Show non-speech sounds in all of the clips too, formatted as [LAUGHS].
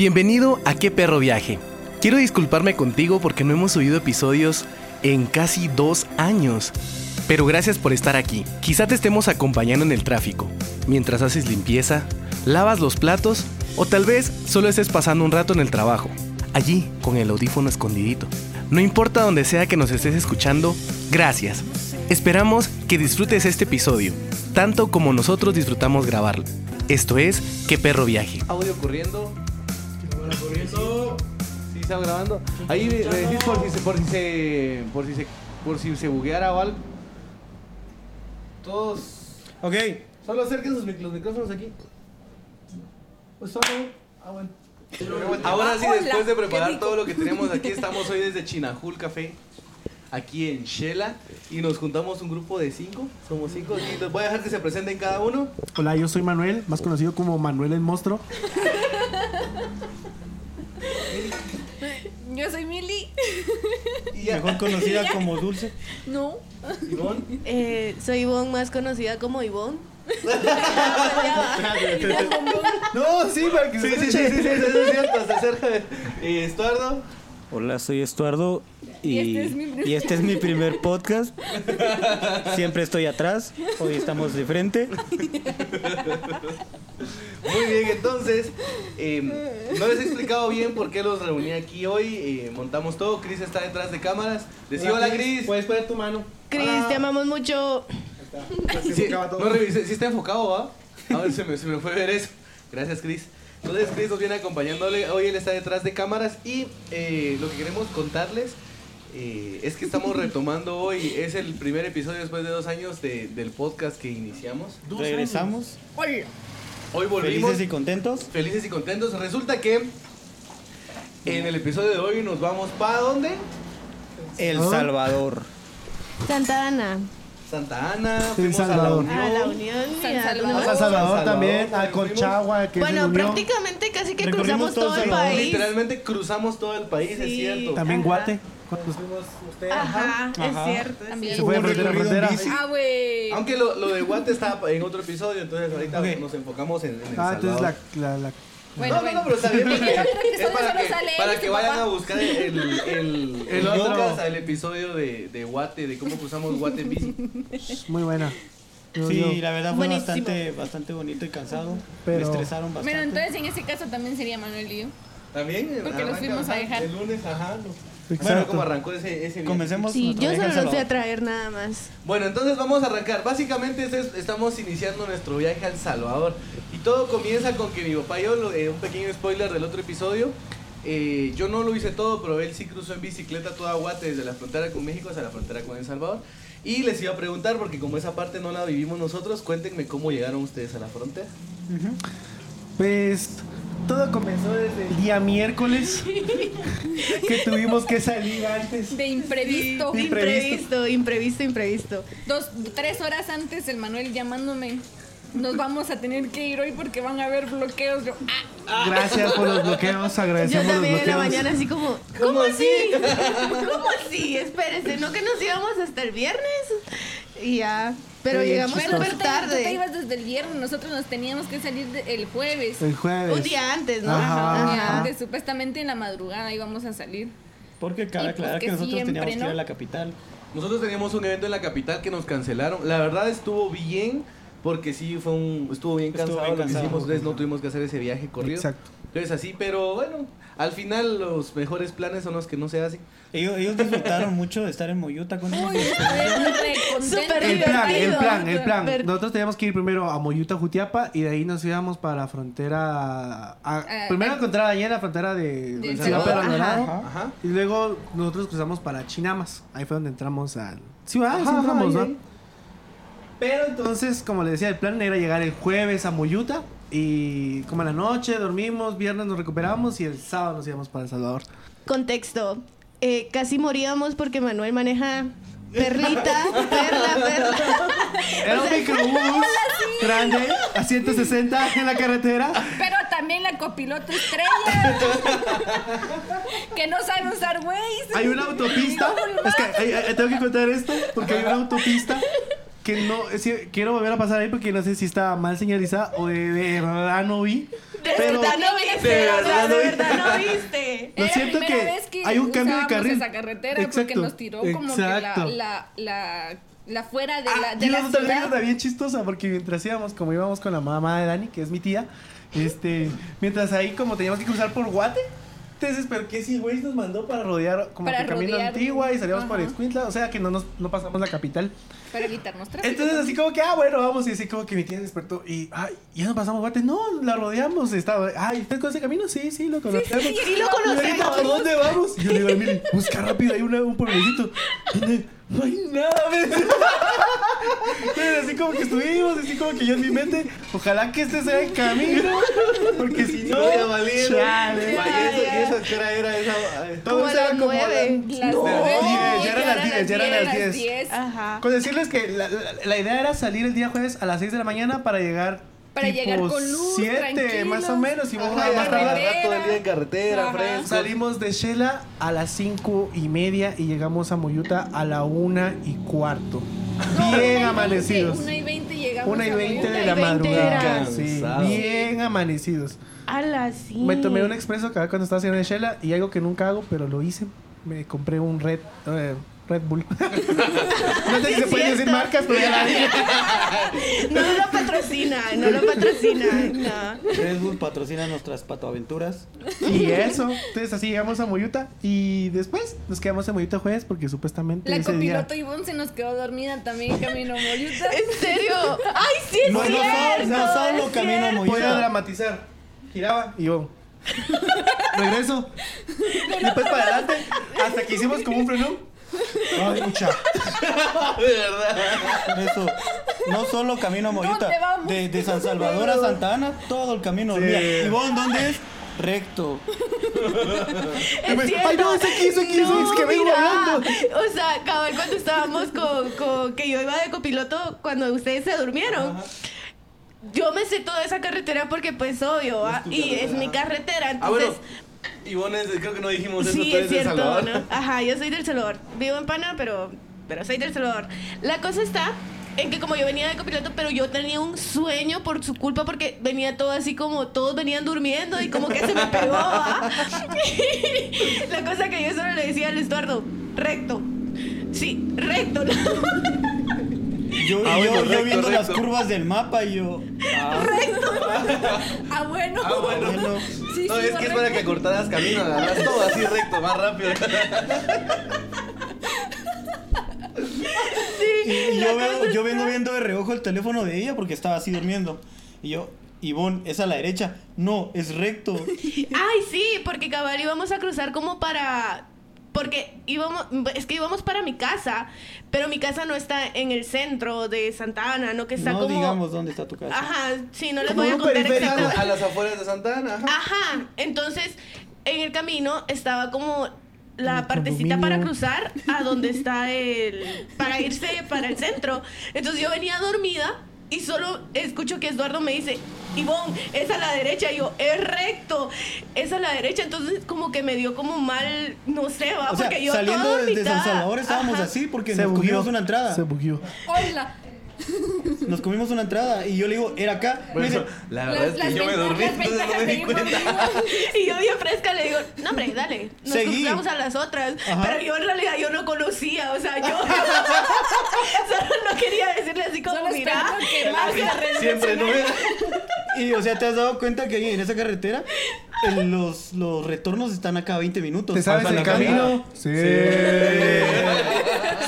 Bienvenido a Qué Perro Viaje. Quiero disculparme contigo porque no hemos subido episodios en casi dos años. Pero gracias por estar aquí. Quizá te estemos acompañando en el tráfico, mientras haces limpieza, lavas los platos o tal vez solo estés pasando un rato en el trabajo, allí con el audífono escondidito. No importa donde sea que nos estés escuchando, gracias. Esperamos que disfrutes este episodio, tanto como nosotros disfrutamos grabarlo. Esto es Qué Perro Viaje. Audio corriendo, Sí, estaba grabando. Ahí eh, me, me decís por si, se, por si se. por si se. por si se bugueara o algo. Todos. Ok, Solo acerquen sus mic- los micrófonos aquí. Pues solo. Ah, bueno. Ahora sí, Hola, después de qué preparar rico. todo lo que tenemos [LAUGHS] aquí, estamos hoy desde Chinajul Café, aquí en Shela, y nos juntamos un grupo de cinco. Somos cinco. Y les voy a dejar que se presenten cada uno. hola, yo soy Manuel, más conocido como Manuel el Monstruo. Yo [LAUGHS] soy Mili. Y ya. Mejor conocida como [LAUGHS] Dulce. No. Ivonne. Eh, soy Ivonne, más conocida como Ivonne. No, sí, para que sí, sí, sí, sí, sí, sí, eso es cierto, está cerca. Eh, Estuardo. Hola, soy Estuardo y, Y este es mi primer- y este es mi primer podcast. Siempre estoy atrás, hoy estamos de frente. Muy bien, entonces, eh, no les he explicado bien por qué los reuní aquí hoy. eh, montamos todo, Cris está detrás de cámaras. Decí hola, Cris. Puedes poner tu mano. Cris, te amamos mucho. Sí, no revisé, sí está enfocado, ¿va? A ver, se me, se me fue ver eso. Gracias, Cris. Entonces, Cris nos viene acompañándole. Hoy él está detrás de cámaras y eh, lo que queremos contarles eh, es que estamos retomando hoy. Es el primer episodio después de dos años de- del podcast que iniciamos. Regresamos, Hola. Hoy volvimos. felices y contentos. Felices y contentos. Resulta que en el episodio de hoy nos vamos para dónde? El Salvador. Santa Ana. Santa Ana, Sí, fuimos Salvador. a la A Unión. la Unión. y San a- Salvador. A San San Salvador pues, Salvador también, también a fuimos. Colchagua, que es Bueno, el unión. prácticamente casi que Recorrimos cruzamos todo todo el Salvador, país. Literalmente cruzamos todo el país, es Sí. cierto. También Ajá. Guate. Ajá, Ajá. es cierto. es También. Se Hubo fue de un frontera a recorrido en frontera. bici. Ah, güey. Aunque lo, lo de Guate está en otro episodio, entonces ahorita Ok. nos enfocamos en, en el Ah, entonces la, Salvador. la, la- Bueno, no, bueno. no, no, pero está bien. Es que en otro Es episodio para solo que, sale él para y que su vayan papá. a buscar el, el, el, El otro. podcast, el episodio de, de Guate, de cómo cruzamos Guate en bici. Muy buena. Yo- Sí, yo- la verdad fue Buenísimo. bastante, bastante bonito y cansado. Pero- Me estresaron bastante. Bueno, entonces en ese caso también sería Manuel y yo. También Porque los arranca, fuimos a ajá, dejar. El lunes, ajá. no. Bueno, Exacto. como arrancó ese, ese viaje. Comencemos. Sí, nuestro yo viaje al solo los voy a Salvador. traer nada más. Bueno, entonces vamos a arrancar. Básicamente este es- estamos iniciando nuestro viaje al Salvador. Y todo comienza con que mi papá y yo, lo- eh, un pequeño spoiler del otro episodio, eh, yo no lo hice todo, pero él sí cruzó en bicicleta toda Guate desde la frontera con México hasta la frontera con El Salvador. Y les iba a preguntar, porque como esa parte no la vivimos nosotros, cuéntenme cómo llegaron ustedes a la frontera. Pues todo comenzó desde el [LAUGHS] día miércoles que tuvimos que salir antes. De imprevisto. Sí. Imprevisto. Imprevisto, imprevisto, imprevisto. Dos, tres horas antes el Manuel llamándome. Nos vamos a tener que ir hoy porque van a haber bloqueos. Yo, ah, Gracias por los bloqueos, Yo agradecemos los también en la mañana bloqueos. así como, ¿cómo así? [LAUGHS] ¿Cómo así? Espérese, ¿no que nos íbamos hasta el viernes? Y ya, pero Sí, llegamos pero súper tú te, tú te tarde. ibas desde el viernes. Nosotros nos teníamos que salir de- el jueves. El jueves. Un día antes, ¿no? Ajá. Ajá, Ajá. antes, supuestamente en la madrugada íbamos a salir. Porque cabe Y pues aclarar que que nosotros siempre, teníamos que ir ¿no? a la capital. Nosotros teníamos un evento en la capital que nos cancelaron. La verdad estuvo bien, porque sí fue un, estuvo bien Estuvo cansado bien lo que cansado. hicimos, entonces no tuvimos que hacer ese viaje corrido. Exacto. Entonces así, pero bueno, al final los mejores planes son los que no se hacen. Ellos, ellos disfrutaron mucho de estar en Moyuta con Uy, súper El plan, el Divertido. plan, el plan. Ver- Nosotros teníamos que ir primero a Moyuta, Jutiapa y de ahí nos íbamos para la frontera. a- Eh, primero eh. encontrar allí en la frontera de, De de San Pedro Salvador. Alvarado. Ajá. Ajá. Y luego nosotros cruzamos para Chinamas. Ahí fue donde entramos al. Sí, ah, sí Ajá, entramos, ajá, ¿no? ahí, Pero entonces, como les decía, el plan era llegar el jueves a Moyuta y como a la noche dormimos, viernes nos recuperamos y el sábado nos íbamos para El Salvador. Contexto. Eh, casi moríamos porque Manuel maneja perlita, perla, perla. Era un microbús grande a 160 en la carretera. Pero también la copiloto estrella. que no sabe usar Waze. Hay una [LAUGHS] autopista. Es que hay- hay- tengo que contar esto porque hay una autopista que no. es que quiero volver a pasar ahí porque no sé si está mal señalizada o de verdad no vi. de Pero- verdad no viste, de de verdad, verdad no de viste. verdad no viste. Lo Era cierto la primera que vez que hay un cambio de usábamos carril. esa carretera porque Exacto, nos tiró como que la, exacto. la, la, la fuera de la, Ah, de y la es otra anécdota ciudad. bien chistosa porque mientras íbamos, como íbamos con la mamá de Dani, que es mi tía, este, mientras ahí como teníamos que cruzar por Guate, entonces, pero que si güey nos mandó para rodear como Para que camino rodear, antigua y salíamos por ajá. Escuintla, o sea que no nos no pasamos la capital. Para evitarnos tráfico. Entonces así como que, ah, bueno, vamos, y así como que mi tía despertó y, ay, ya no pasamos Guate, no, la rodeamos, estaba, ay, ¿usted conoce ese camino? Sí, sí, lo conocemos. Sí lo Y ahorita, ¿a conocemos. dónde vamos? Y yo le digo, mire, busca rápido, hay una- un pueblecito. ¿Dónde? No hay nada, ¿ves? Pero así como que estuvimos, así como que yo en mi mente, ojalá que este sea el camino, porque si no, No, ya valieron. chale. Vaya, eso- ¿Y esa qué hora era esa? eh, todo Como a eso era las como nueve. Las No, nueve, diez, ya eran las diez, ya eran las diez. Ajá. Con decirles que la, la- la idea era salir el día jueves a las 6 de la mañana para llegar Para tipo llegar con luz, siete, más o tranquilos. menos, y Ajá, vamos ya a más estaba tardar. carretera. rato del día en carretera, Ajá. fresco. Salimos de Shela a las cinco y media y llegamos a Moyuta a la una y cuarto. Bien amanecidos. Una y veinte llegamos. Una y a veinte Boyacá. de la Una y veinte madrugada. era. sí, Cansado. bien amanecidos. A las sí. Me tomé un expreso cada vez cuando estaba haciendo en Shela y algo que nunca hago, pero lo hice. Me compré un Red, eh, Red Bull. [LAUGHS] no sé si se pueden decir cierto. marcas, pero ya la dije. No lo patrocina, no lo patrocina. No. Red Bull patrocina nuestras patoaventuras. [LAUGHS] Y eso. Entonces así llegamos a Moyuta y después nos quedamos en Moyuta jueves porque supuestamente La ese día... copiloto Ivonne se nos quedó dormida también camino [LAUGHS] a Moyuta. ¿En serio? ¡Ay, sí es No, no, cierto! no, no solo es camino a cierto. Voy a Moyuta. dramatizar. Giraba y [LAUGHS] yo. Regreso. Y después para adelante. Hasta que hicimos como un frenón. Ay, mucha. De verdad. Eso. No solo camino a Moyuta. ¿Dónde vamos? De, de San Salvador a Santa Ana, todo el camino. Sí. Mira, Ivonne, ¿dónde es? Recto. Es cierto. Ay, no, es aquí, es aquí, es que vengo mira. volando. O sea, cabal, cuando estábamos con, con- que yo iba de copiloto, cuando ustedes se durmieron. Yo me sé toda esa carretera porque pues obvio, ¿va? y es mi carretera, Ah, bueno. entonces Ivonne, es- creo que no dijimos eso. sí tú es eres de cierto, Salvador. ¿no? Ajá, yo soy del Salvador, vivo en Pana, pero pero soy del Salvador. La cosa está en que como yo venía de copiloto, pero yo tenía un sueño por su culpa porque venía todo así como todos venían durmiendo y como que se me pegó. ¿va? [LAUGHS] La cosa que yo solo le decía al Estuardo, recto. Sí, recto. [LAUGHS] Yo, Ah, yo- bueno, yo recto, viendo las recto. curvas del mapa y yo. Ah, bueno. Ah, bueno. no. Sí, no, sí, es que es correcto. para que cortaras camino, agarras todo así recto, más rápido. Y, [LAUGHS] y yo, veo- yo vengo viendo de reojo el teléfono de ella porque estaba así durmiendo. Y yo, Ivonne, es a la derecha. No, es recto. Ay, sí, porque cabal íbamos a cruzar como para. Porque íbamos. Es que íbamos para mi casa, pero mi casa no está en el centro de Santa Ana, no que [LAUGHS] está no como. digamos dónde está tu casa. Ajá, sí, no les Como voy a un contar periférico. exactamente. A las afueras de Santa Ana. ajá. Ajá, entonces en el camino estaba como la El partecita condominio. para cruzar a [LAUGHS] donde está el... para irse para el centro. Entonces yo venía dormida y solo escucho que Eduardo me dice, Ivonne, es a la derecha. Y yo, es recto, es a la derecha. Entonces como que me dio como mal, no sé, va, O sea, porque yo saliendo toda de, de San dormitada. Salvador estábamos Ajá. así porque Se nos bugueó. comimos una entrada. Se bugueó. Hola. Nos comimos una entrada y yo le digo, era acá. Me Bueno, dice, la verdad Las, es las que yo me dormí, [LAUGHS] ventajas, entonces no ventajas me de di [LAUGHS] ir cuenta. conmigo. Y yo bien fresca le digo, no hombre, dale, nos Seguí. cruzamos a las otras. Ajá. Pero yo en realidad yo no conocía, o sea, yo solo no quería decirle así como, Solo mira, esperando que baje [LAUGHS] la red. Siempre no era. Y, o sea, ¿te has dado cuenta que ahí en esa carretera eh, los, los retornos están acá a 20 minutos? ¿Te sabes Pasan el acá. camino? Sí.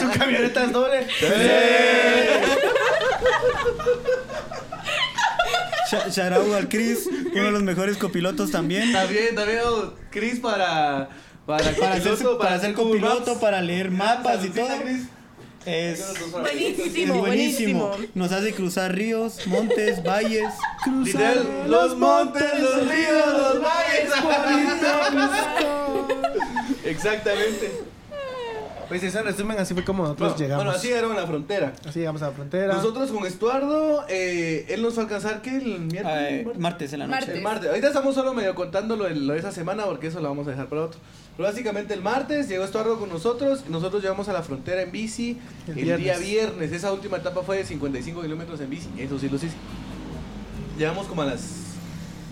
Su camioneta es doble. Sha- shout out al Chris, uno de los mejores copilotos también. Está bien, está bien. oh, Chris para. Para, Para ser, copiloto, para ser Google copiloto, Maps. para leer mapas y Saludcita, todo. Chris. Es, es buenísimo, buenísimo. buenísimo. Nos hace cruzar ríos, montes, valles. Literal, los montes, los ríos, los [LAUGHS] valles. Exactamente. Pues eso en resumen, así fue como nosotros Bueno, pues llegamos. bueno, así así... era una frontera. llegamos a la frontera. Nosotros con Estuardo, eh, él nos fue a alcanzar que el miércoles. Eh, martes en la noche. Martes. El martes. Ahorita estamos solo medio contándolo el- lo de esa semana porque eso lo vamos a dejar para otro. Pero básicamente el martes llegó Estuardo con nosotros. y Nosotros llegamos a la frontera en bici el, El día viernes. viernes. Esa última etapa fue de 55 kilómetros en bici. Eso sí lo hice. Llegamos como a las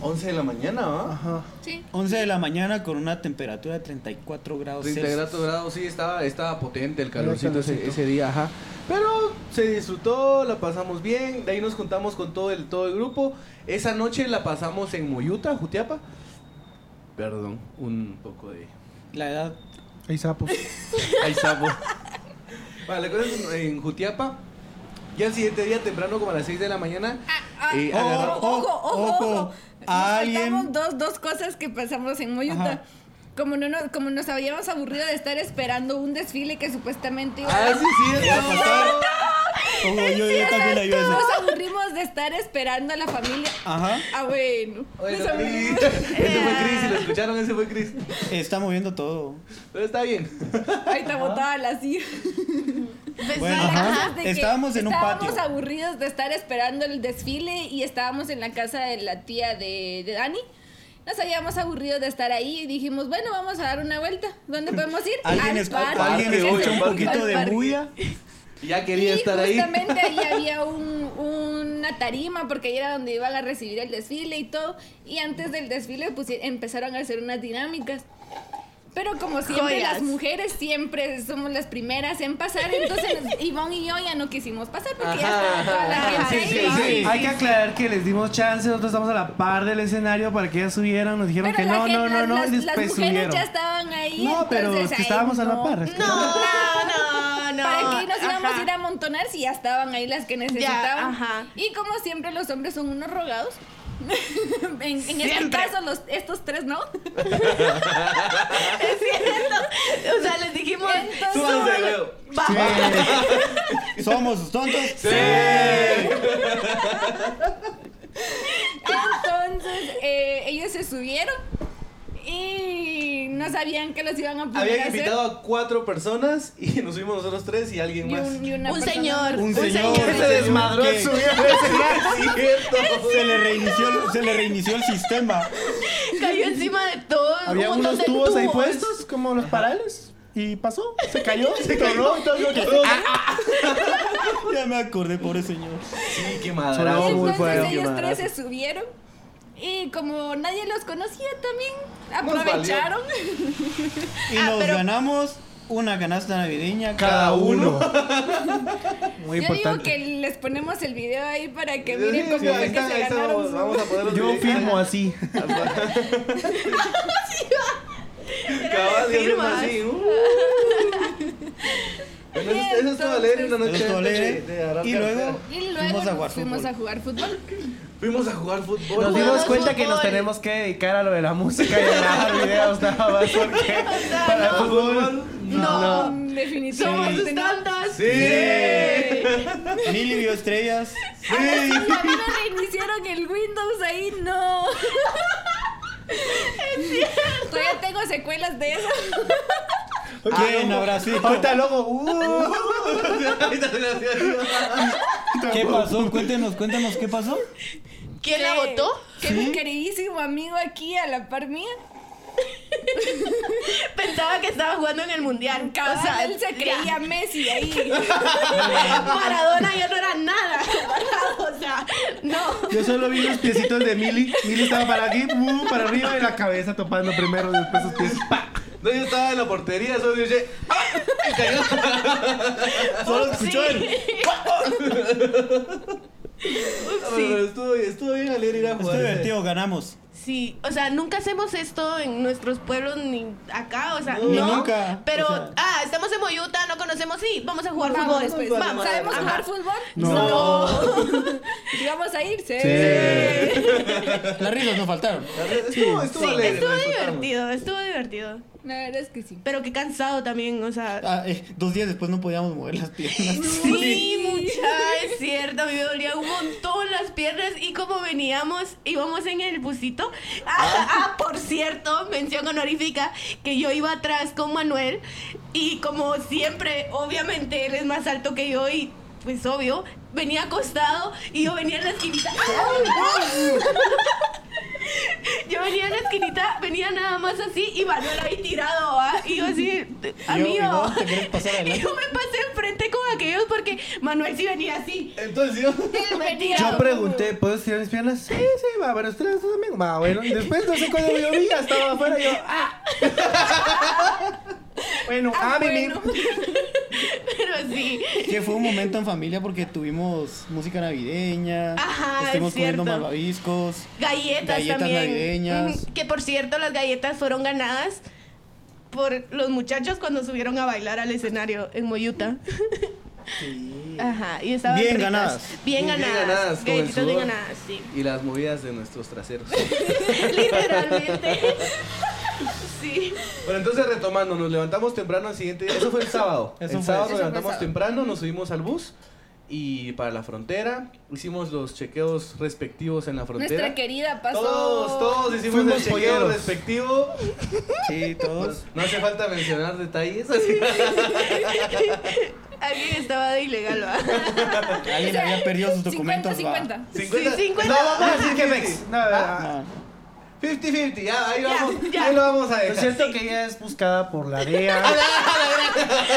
11 de la mañana, ¿va? Ajá. Sí. 11 de la mañana con una temperatura de 34 grados 30 Celsius. grados grados, sí, estaba, estaba potente el calorcito ese, calorcito. ese día, ajá. Pero se disfrutó, la pasamos bien, de ahí nos juntamos con todo el, todo el grupo. Esa noche la pasamos en Moyuta, Jutiapa. Perdón, un poco de... La edad. Hay sapos. Ahí estamos. Bueno, la cosa es en- en Jutiapa. Y al siguiente día, temprano, como a las 6 de la mañana, ah, eh, oh, agarramos- oh, ojo, ojo, ojo. ojo. Nos Alguien- saltamos dos, dos cosas que pasamos en Moyuta. Ajá. Como, no, nos- como nos habíamos aburrido de estar esperando un desfile que supuestamente iba Ah, sí, sí, es Ya pasar. Ojo, yo, yo también la ayudo. Nos aburrimos de estar esperando a la familia. Ajá. Ah, bueno. Bueno, Nos sí. [LAUGHS] aburrimos. Ese fue Chris, [LAUGHS] si lo escucharon, ese fue Chris. Está moviendo todo. Pero está bien. Ahí está botada la silla. Pues, Bueno, la ajá. cosa- Cosas de que Estábamos en un patio. Estábamos aburridos de estar esperando el desfile y estábamos en la casa de la tía de, de Dani. Nos habíamos aburrido de estar ahí y dijimos, bueno, vamos a dar una vuelta. ¿Dónde podemos ir? Alguien, Al escu- parque. alguien Al escucha un parque. poquito Al de parque. bulla. Y Ya Y quería estar ahí. [LAUGHS] justamente ahí había un- una tarima porque ahí era donde iban a recibir el desfile y todo. Y antes del desfile pues, empezaron a hacer unas dinámicas. Pero como siempre, Joyas. las mujeres siempre somos las primeras en pasar. [LAUGHS] Entonces Ivonne y yo ya no quisimos pasar porque ya Ajá, estaba toda la ajá, gente sí, ahí. sí, ¿va? sí. Hay que aclarar que les dimos chance, nosotros estamos a la par del escenario para que ellas subieran, nos dijeron Pero que la no, gente- no, no, las, no, y las- las después mujeres subieron. ya estaban ahí. No, pero entonces es que ahí estábamos a la no. par. es que- No, no, no, no. ¿Para qué nos íbamos Ajá. a ir a amontonar si ya estaban ahí las que necesitaban? ajá. Y como siempre, los hombres son unos rogados. [LAUGHS] en, en este Siempre. caso, los, estos tres no. O sea, les dijimos. Entonces, Súbanse, luego. [LAUGHS] Somos tontos. entonces, eh, ellos se subieron y no sabían que los iban a poner a Habían hacer. invitado a cuatro personas y nos subimos nosotros tres y alguien Y más. un, y una Un persona- señor. Un Un señor. señor. Ese de- ¿Qué? [LAUGHS] su vida. Es cierto. Se le reinició, se le reinició el sistema. Cayó encima de todo. Había un montón unos de tubos ahí ¿eh? tubos. puestos, como los parales, y pasó, se cayó, se quebró, entonces lo que- Ah, [LAUGHS] Ya me acordé, pobre señor. Sí, qué Sonó madrazo. muy Entonces fuerte. qué ellos tres madrazo. se subieron y como nadie los conocía también, valió. aprovecharon. Y Ah, nos pero- ganamos una canasta navideña Cada [LAUGHS] uno. Muy Yo digo importante. que les ponemos el video ahí para que Sí, miren sí, cómo sí, fue ahí que está, se ahí está, vamos, ganaron. vamos a poner los Yo videos. firmo así. [LAUGHS] Cabal, yo firmo firmas. así. uh. Bueno, Eso eso es todo alegre, una Eso noche es todo antes de- alegre. de agarrar Y carretera. luego- Y luego Fuimos fuimos a a jugar jugar fútbol. fútbol. Fuimos a jugar fútbol. Nos dimos Jugamos cuenta que nos fútbol. tenemos que dedicar a lo de la música y a grabar videos nada más porque [LAUGHS] para el fútbol [LAUGHS] No. Somos Definitivamente no. tantas. Sí. [LAUGHS] Mili vio estrellas. Ah, Cuando reiniciaron el Windows ahí, no. [LAUGHS] Todavía tengo secuelas de eso. ¿Quién habrá sido? Ahorita luego, uh, ¿Qué pasó? Cuéntenos, cuéntanos qué pasó. ¿Quién la Sí. votó? Que mi queridísimo amigo aquí a la par mía. Pensaba que estaba jugando en el mundial. Cabal, o sea, ah, él se creía [LAUGHS] Messi ahí. Maradona ya no era nada comparado, o sea, no. yo solo vi los piecitos de Mili. Mili estaba para aquí, uh, para arriba y la cabeza topando primero, después sus pies. ¡pa! No, yo estaba en la portería, solo dije, ¡ah! Y cayó. Solo escuchó Sí. él. Pero estuvo, estuvo bien alegre ir a Estuvo jugar. eh. ese- divertido, ganamos. Sí, o sea, nunca hacemos esto en nuestros pueblos ni acá, o sea, no. Ni nunca, Pero, o sea. ah, estamos en Moyuta, no conocemos, sí, vamos a jugar Vamos, fútbol. pues, vamos. ¿Sabemos Ajá. jugar fútbol? No. ¿Y [LAUGHS] vamos a irse? Las risas no faltaron. Estuvo, estuvo Sí, alegre. estuvo lo disfrutamos. divertido, estuvo divertido. La verdad es que sí. Pero qué cansado también, o sea. Ah, eh, dos días después no podíamos mover las piernas. Sí, mucha, es cierto, a mí me dolía un montón las piernas y como veníamos, íbamos en el busito. Ah, ah, por cierto, mención honorífica, que yo iba atrás con Manuel y como siempre, obviamente él es más alto que yo y pues obvio, venía acostado y yo venía en la esquinita. ¡Ah! Yo venía en la esquinita, venía nada más así y Manuel ahí tirado, ¿va? Y yo así, amigo. y vos te querés pasar [LAUGHS] adelante. Y yo me pasé enfrente con aquellos porque Manuel sí venía así. Entonces yo. Yo pregunté, ¿puedo estirar mis piernas? Sí, sí, va, pero ustedes también. Va, bueno. Y Después no sé cuándo yo vi, ya estaba afuera y yo, ¡ah! bueno, ah, mimi. bueno. Pero sí. Que fue un momento en familia porque tuvimos música navideña, Ajá, es estuvimos comiendo cierto. malvaviscos. Galletas, Galletas también. navideñas. Ujú, Que por cierto, las galletas fueron ganadas por los muchachos cuando subieron a bailar al escenario en Moyuta. Ajá, y estaban Bien ricas. ganadas. Bien Muy ganadas. con el Galletitas bien sudor ganadas, sí. [LAUGHS] Y las movidas de nuestros traseros. Literalmente. [LAUGHS] sí. Bueno, entonces retomando, nos levantamos temprano al siguiente día. Eso fue el sábado. Eso el fue. sábado nos Eso fue levantamos sábado. temprano, nos subimos al bus y para la frontera. Hicimos los chequeos respectivos en la frontera. Nuestra querida pasó. todos, todos hicimos Fuimos el chequeo polleros. respectivo. Sí, [LAUGHS] todos. No hace falta mencionar detalles. así. Alguien estaba de ilegal, ¿va? Alguien había perdido sus documentos. 50, 50. Sí, 50. 50. No, vamos a decir que Mex. No, ah, va. 50-50, ya, ahí Ya, vamos. ya. Ahí lo vamos a no es dejar. cierto que ella es buscada por la DEA,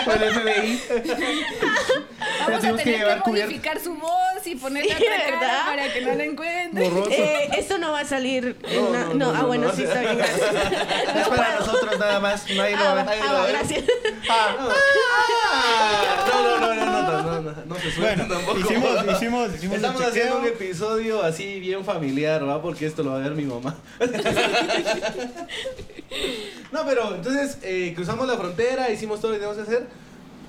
por el FBI. Vamos a Tenemos que tener llevar que cubierta. modificar su voz y ponerle Sí, otra cara ¿verdad? para que no la encuentren. Borroso. Eh, esto no va a salir. en No, una- no, no, no, ah, no, bueno, no. sí, está bien. Gracias. Es para nosotros nada más, nadie lo va a ver. Ah, ahí lo va, ven. gracias. Ah, ah, no, no, no, no, no, no, no, no, no se suelten Bueno, tampoco. hicimos, hicimos, hicimos el Estamos chequeo. haciendo un episodio así bien familiar, ¿va? Porque esto lo va a ver mi mamá. no, pero entonces eh, cruzamos la frontera, hicimos todo lo que teníamos que hacer.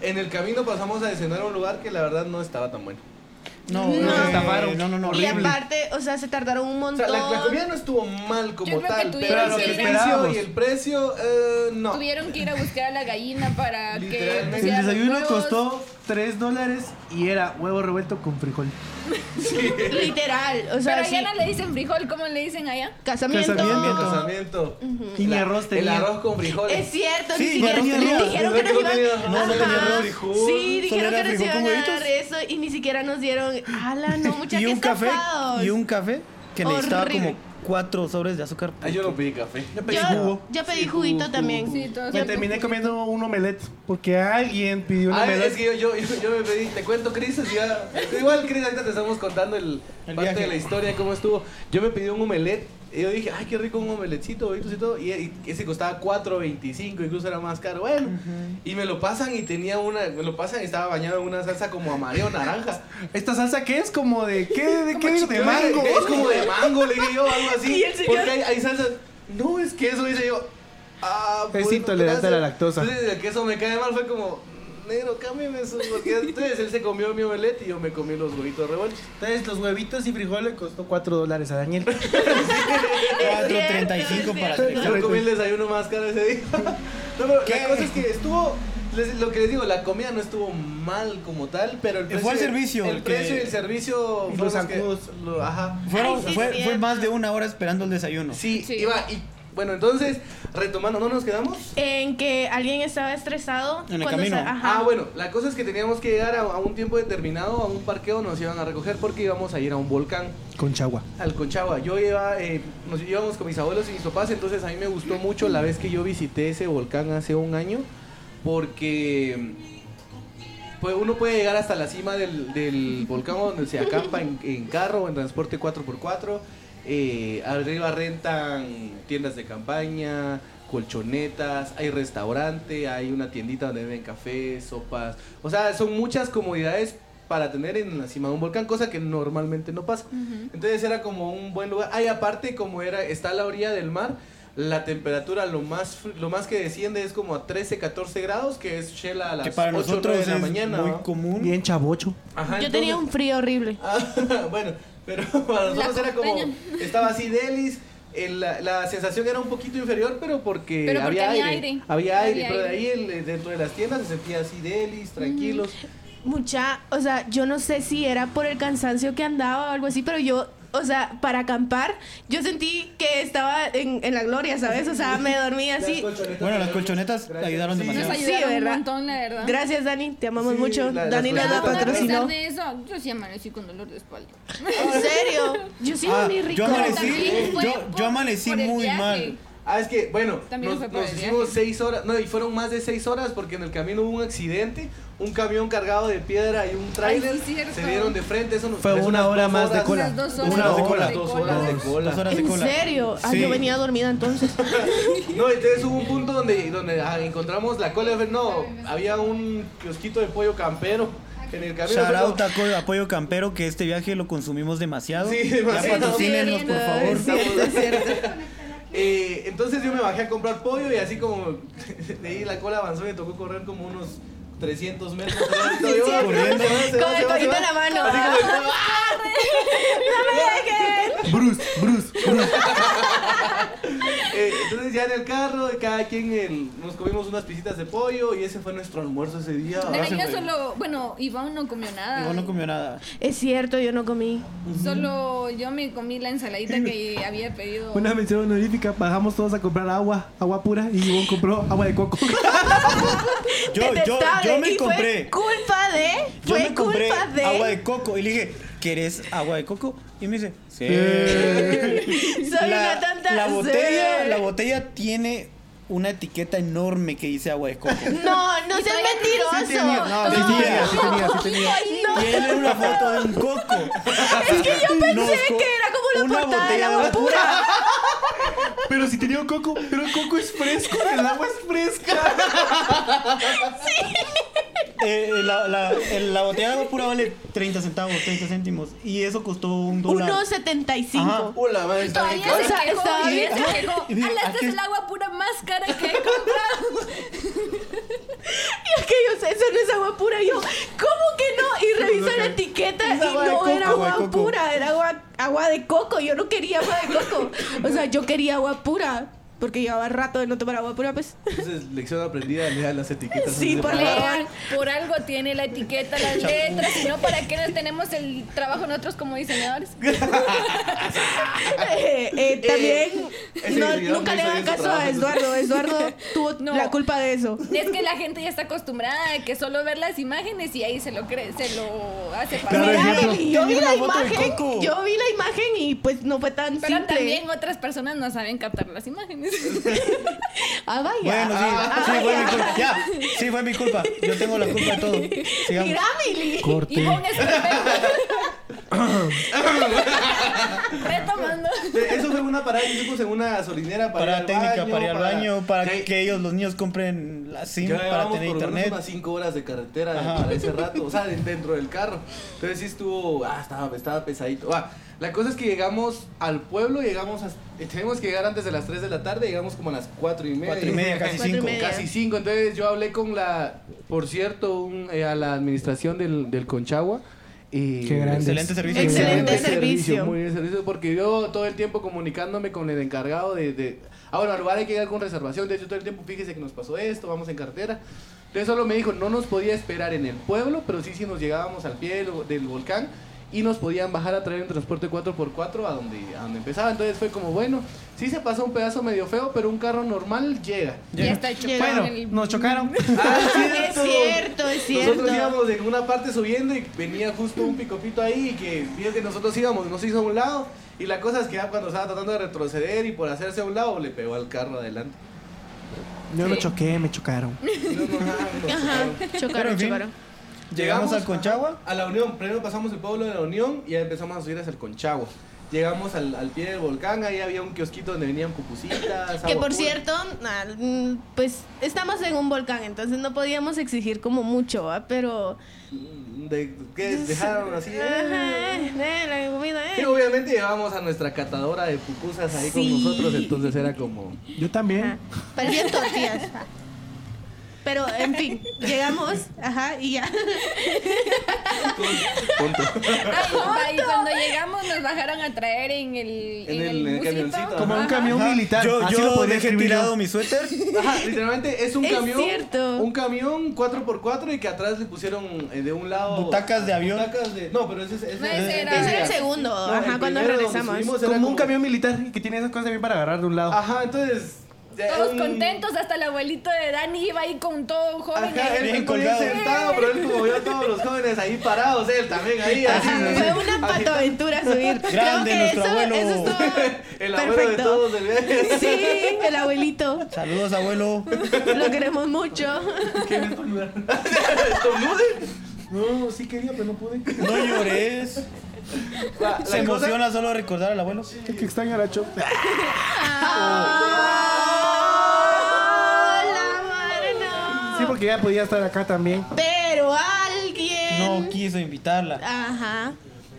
En el camino pasamos a cenar a un lugar que la verdad no estaba tan bueno. No, No. eh, Estafaron. No, no, no. Y Horrible. aparte, o sea, se tardaron un O montón. sea, la, la comida no estuvo mal Yo como creo que tal, tuvieron pero que el ir a- precio y el precio, eh, no. Tuvieron que ir a buscar a la gallina para que. Literalmente. El pusieran los desayuno huevos. costó 3 dólares y era huevo revuelto con frijol. Literal, o sea, Pero sí. allá no le dicen frijol, ¿cómo le dicen allá? Casamiento. Casamiento. Casamiento. Y ni La- arroz El tenía. arroz con frijoles. Es cierto, Sí, ni siquiera no tenía arroz. dijeron que Pensé nos que no tenía iban arroz. No, no Ajá. tenía arroz, frijol. Sí, Solo dijeron era que nos frijol iban con a huevitos. dar eso y ni siquiera nos dieron. ¡Hala, no, muchachos! Y un café, y un café que necesitaba Horrible. como cuatro sobres de azúcar. Ah, yo no pedí café. pedí Yo, jugo. yo pedí Sí, jugo, juguito jugo, también. Sí, todos Me son- terminé comiendo un omelette porque alguien pidió un Ah, es omelette. que yo, yo, yo, yo me pedí, te cuento, Cris, así ya- igual Cris, ahorita te estamos contando el, El parte viaje. de la historia, cómo estuvo. Yo me pedí un omelet y yo dije, ay, qué rico un omeletcito, huevitos y todo, y, y ese costaba 4.25, incluso era más caro, bueno, y me lo pasan y tenía una, me lo pasan y estaba bañado en una salsa como amarillo naranja. ¿Esta salsa qué es? ¿Como de qué? ¿De qué? ¿De Yo le dije, mango? Es [LAUGHS] como de mango, le dije yo, algo así. [LAUGHS] Y el señor- Porque hay, hay salsas. No, es queso, dice yo. Ah, Es bueno, intolerante a la lactosa. Entonces el queso me cae mal, fue como, negro, cámbiame eso. [LAUGHS] Porque entonces él se comió mi omelette y yo me comí los huevitos revueltos. Entonces los huevitos y frijol le costó 4 dólares a [LAUGHS] Daniel. cierto, 4.35 es para cierto. tres. Yo comí el desayuno más caro ese [LAUGHS] día. No, pero la cosa es que estuvo. les- lo que les digo, la comida no estuvo mal como tal, pero el Fue precio. el servicio El el que- precio y el servicio. Y fueron los que- zancudos. lo- Ajá. Fueron, Ay, sí, fue, cierto. fue más de una hora esperando el desayuno. Sí, Sí. iba y bueno, entonces, retomando, ¿no nos quedamos? En que alguien estaba estresado. En el cuando camino. se- ajá. Ah, bueno, la cosa es que teníamos que llegar a, a un tiempo determinado, a un parqueo, nos iban a recoger porque íbamos a ir a un volcán, Con chagua. al Conchagua. Yo iba, eh, nos íbamos con mis abuelos y mis papás, entonces a mí me gustó mucho la vez que yo visité ese volcán hace un año, porque pues, uno puede llegar hasta la cima del, del volcán donde se acampa en, en carro o en transporte 4x4. eh, arriba rentan tiendas de campaña, colchonetas, hay restaurante, hay una tiendita donde venden café, sopas. O sea, son muchas comodidades para tener en la cima de un volcán, cosa que normalmente no pasa. Entonces era como un buen lugar. Ay, aparte como era está a la orilla del mar, la temperatura lo más fr- lo más que desciende es como a 13, 14 grados, que es chela a las Que para 8 nosotros de es la mañana. muy ¿no? común. Bien chavocho. Ajá, yo entonces- tenía un frío horrible. [LAUGHS] Ah, bueno, pero [LAUGHS] para nosotros era como costeña. estaba así delis. el- la, la sensación era un poquito inferior, pero porque, Pero porque había, había aire, aire. Había aire, Había pero de ahí aire. Mm. el- dentro de las tiendas se sentía así delis, tranquilos. Mucha, o sea, yo no sé si era por el cansancio que andaba o algo así, pero yo o sea, para acampar, yo sentí que estaba en, en la gloria, ¿sabes? O sea, me [LAUGHS] dormí así. Bueno, las colchonetas ayudaron Nos demasiado. Sí, ayudaron un ¿verdad? montón, la verdad. Gracias, Dani, te amamos Sí, mucho. la- las Dani nos la Pero a pesar Pues, patrocinó. de eso, yo sí amanecí con dolor de espalda. ¿En serio? Yo sí Ah, dormí rico. yo amanecí, También fue yo, por- yo amanecí por el muy viaje. mal. Ah, es que, bueno, También nos, fue por nos el hicimos viaje. seis horas, no, y fueron más de seis horas porque en el camino hubo un accidente, un camión cargado de piedra y un trailer sí, cierto. se dieron de frente, eso nos Fue parece una unas hora dos más de cola. Unas dos horas Una de hora, cola. dos horas de cola. Dos horas de ¿En cola. serio? Ah, Sí. yo venía [LAUGHS] dormida entonces. No, entonces hubo un punto donde, donde ah, encontramos la cola, no, había un kiosquito de pollo campero en el camino. Shout fue como- out a Co- Apoyo Campero, que este viaje lo consumimos demasiado. Sí, Ya demasiado. patrocínenos, por favor. [LAUGHS] Estamos- Eh, entonces yo me bajé a comprar pollo y así como [LAUGHS] de ahí la cola avanzó y me tocó correr como unos 300 metros. Yo, cierto. corriendo, se va, Con se el va, se pollito va. en la mano. Así como de, [LAUGHS] "Ah". Bruce, Bruce, Bruce. Eh, entonces ya en el carro, cada quien el- nos comimos unas pisitas de pollo y ese fue nuestro almuerzo ese día. Pero Ahora yo se me- solo, bueno, Iván no comió nada. Igual no comió nada. Es cierto, yo no comí. Solo yo me comí la ensaladita que había pedido. Una mención honorífica, bajamos todos a comprar agua, agua pura, y Ivonne compró agua de coco. [LAUGHS] Yo, yo, yo Detestable. me Y compré. Fue culpa de. Yo Fue me compré culpa de. agua de coco. Y le dije, ¿querés agua de coco? Y me dice, sí. [LAUGHS] Soy una tanta. la botella, Sí. la botella tiene una etiqueta enorme que dice agua de coco. No, no seas mentiroso. tenía, no, sí [LAUGHS] No. tenía, sí tenía, sí tenía. Tiene una foto de un coco. Es que yo pensé Nos co- que era como la portada una de la botella de agua [LAUGHS] pura. Pero si tenía coco, pero el coco es fresco, el agua es [LAUGHS] fresca. Eh, eh, la, la- el- la botella de agua pura vale 30 centavos, 30 céntimos. Y eso costó un dólar. 1.75. Ajá. Hola, madre, está bien Todavía caro. O sea, se quejó, está todavía bien. se quejó. Y dije, Ala, esta aquí- es el agua pura más cara que he comprado. Y aquellos, eso no es agua pura. Y yo, ¿cómo que no? Y reviso la etiqueta y agua de no coco, era agua de agua coco. pura, era agua, agua de coco. Yo no quería agua de coco. O sea, yo quería agua pura. Porque llevaba rato de no tomar agua pura, pues. Entonces, lección aprendida, lean las etiquetas. Sí, antes de por pagar. favor. Lean, [LAUGHS] por algo tiene la etiqueta, las letras, si no, ¿para qué nos tenemos el trabajo nosotros como diseñadores? Eh, eh, ese también, no, video nunca no le hizo bien su hagan caso a trabajo. Eduardo. [LAUGHS] Eduardo tuvo No. la culpa de eso. Es que la gente ya está acostumbrada a que solo ver las imágenes y ahí se lo cree, se lo hace para Claro, Mira, ejemplo, y yo vi tiene la una foto de imagen, coco. yo vi la imagen y pues no fue tan Pero simple. también otras personas no saben captar las imágenes. Ah, vaya. Bueno, sí, Ah, sí, fue vaya. mi culpa. Ya, sí, fue mi culpa. Yo tengo la culpa de todo. Sigamos. Mira, Mili. Y con eso Retomando. [LAUGHS] Eso fue una parada que hicimos en una solinera para, para ir al técnica, baño, para ir al baño, para Ya- que ellos, los niños, compren la SIM ya para llevábamos tener por lo menos internet. unas 5 horas de carretera Ajá. para ese rato, o sea, de- dentro del carro. Entonces sí estuvo, ah, estaba, estaba pesadito. Ah, la cosa es que llegamos al pueblo, llegamos, a- eh, tenemos que llegar antes de las 3 de la tarde, llegamos como a las 4 y media. Cuatro y media, casi Cuatro y cinco. media. Casi 5, entonces yo hablé con la, por cierto, un- eh, a la administración del, del Conchagua. Y Qué grande. Excelente servicio. Excelente Excelente servicio. Muy bien servicio, porque yo todo el tiempo comunicándome con el encargado de... de ah, bueno, al lugar hay que llegar con reservación. De hecho, todo el tiempo, fíjese que nos pasó esto, vamos en cartera. Entonces solo me dijo, no nos podía esperar en el pueblo, pero sí si nos llegábamos al pie del, del volcán y nos podían bajar a traer en transporte 4x4 a donde, a donde empezaba. Entonces fue como, bueno, sí se pasó un pedazo medio feo, pero un carro normal llega. Ya está hecho. Bueno, nos chocaron. Ah, [LAUGHS] Es cierto, es cierto. Nosotros íbamos en una parte subiendo y venía justo un picopito ahí y que vio que nosotros íbamos, nos hizo a un lado. Y la cosa es que ya cuando estaba tratando de retroceder y por hacerse a un lado, le pegó al carro adelante. Yo lo choqué, me chocaron. Y no, no, no, no, Ajá, no. Pero, en chocaron, fin, chocaron. Llegamos al Conchagua. A la Unión, primero pasamos el pueblo de la Unión y ya empezamos a subir hacia el Conchagua. Llegamos al, al pie del volcán, ahí había un kiosquito donde venían pupusitas. Que agua por pura. cierto, ah, mm, pues estamos en un volcán, entonces no podíamos exigir como mucho, ¿va? pero... De, ¿Qué? Dejaron así. eh. Ajá, eh, la comida, Que eh. obviamente llevamos a nuestra catadora de pupusas ahí Sí. con nosotros, entonces era como. Yo también. Parecían tortillas. Pero, en fin, llegamos, ajá, y ya. y cuando llegamos nos bajaron a traer en el, En el, eh, busito. camioncito, Como un Ajá. camión Ajá. militar. Yo, Así lo yo podría dejé escribir yo. tirado mi suéter. Ajá, literalmente es un Es camión. cierto. Un camión 4x4 y que atrás le pusieron eh, de un lado. Butacas de avión. Butacas de. No, pero ese es. No, ese era- Ese era el segundo, No, ajá, el cuando primero donde regresamos. subimos era Como Ah. un camión militar que tiene esas cosas también para agarrar de un lado. Ajá, entonces. ya Todos un- contentos, hasta el abuelito de Dani iba ahí con todo joven. Ajá, ahí. él Bien bien colgado. colgado. sentado, pero él como vio a todos los jóvenes ahí parados, él también ahí. Así, Ajá, así, fue una así, patoaventura subir. Creo Grande, que nuestro eso, abuelo. eso estuvo [LAUGHS] El abuelo de todos del viaje. Sí, el abuelito. Saludos, abuelo. Lo queremos mucho. No, sí quería, pero no [LAUGHS] pude. No llores. La- la Se cosa- emociona solo recordar al abuelo. Es que extraña la Chop. ¡Hola, madre, no! Sí, porque ya podía estar acá también. Pero alguien. No quiso invitarla. Ajá.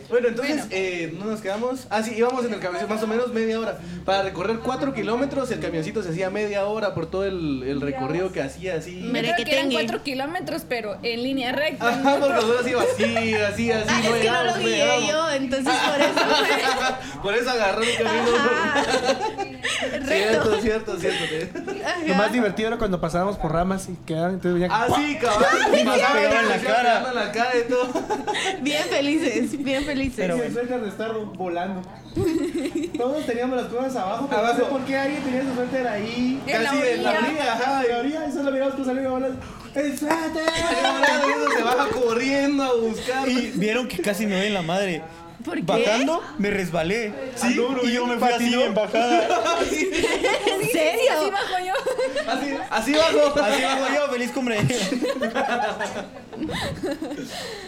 Bueno, entonces eh, no nos quedamos. Ah, sí, íbamos en el camioncito más o menos media hora. Para recorrer cuatro kilómetros, el camioncito se hacía media hora por todo el, el recorrido que hacía así. Yo creo que, eran Merequetengue. 4 kilómetros, pero en línea recta. Ajá, porque nosotros iba así, [LAUGHS] así, así. Ah, es que no lo llegamos, guié llegamos. yo, entonces por eso. Por eso agarró el camino. Ajá. [LAUGHS] Cierto, Recto. cierto, eh. [LAUGHS] cierto. Lo más divertido era cuando pasábamos por ramas y quedaban, entonces venían. Ah, [LAUGHS] sí, cabrón. Y nos pegaban en la cara. En la cara y todo. [LAUGHS] Bien felices, bien felices. Pero bueno. suerte de estar [LAUGHS] volando. Todos teníamos las cosas abajo, pero Abajo. no sé por qué alguien tenía su suerte ahí. En la Casi en la orilla. orilla, ajá. La orilla, y solo miramos que salía volando. ¡El suéter! Salió volando y uno se baja corriendo a buscar. Y vieron que casi me doy en la madre. ¿Por qué? [LAUGHS] Bajando, me resbalé. Sí, y yo me fui así patinó. en bajada. ¿En Sí, así serio? bajo yo. Así, así bajo. Así bajo yo, feliz cumbre.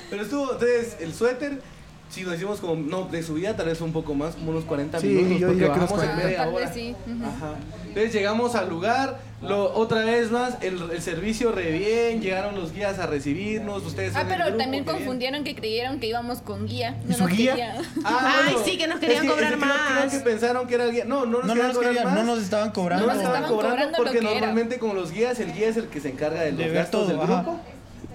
Pero estuvo, entonces, el suéter, sí, nos hicimos como, no, de subida tal vez un poco más, como unos 40 Sí, minutos, yo porque diría que unos bajamos en 40. media Tal vez hora. sí, ujú. Ajá. Entonces llegamos al lugar, lo, otra vez más, el, el servicio re bien, llegaron los guías a recibirnos, ustedes Ah, en el pero grupo, también qué bien. confundieron que creyeron que íbamos con guía. ¿Y su nos guía? querían. Ay, sí, que nos querían cobrar creo- Creo, más. Ah, que pensaron que era alguien, no, no nos [LAUGHS] No, no querían nos cobrar querían, más. no nos estaban cobrando. No nos estaban estaban cobrando, cobrando lo porque que era. normalmente con los guías el guía es el que se encarga de los De ver gastos todo, del ajá. grupo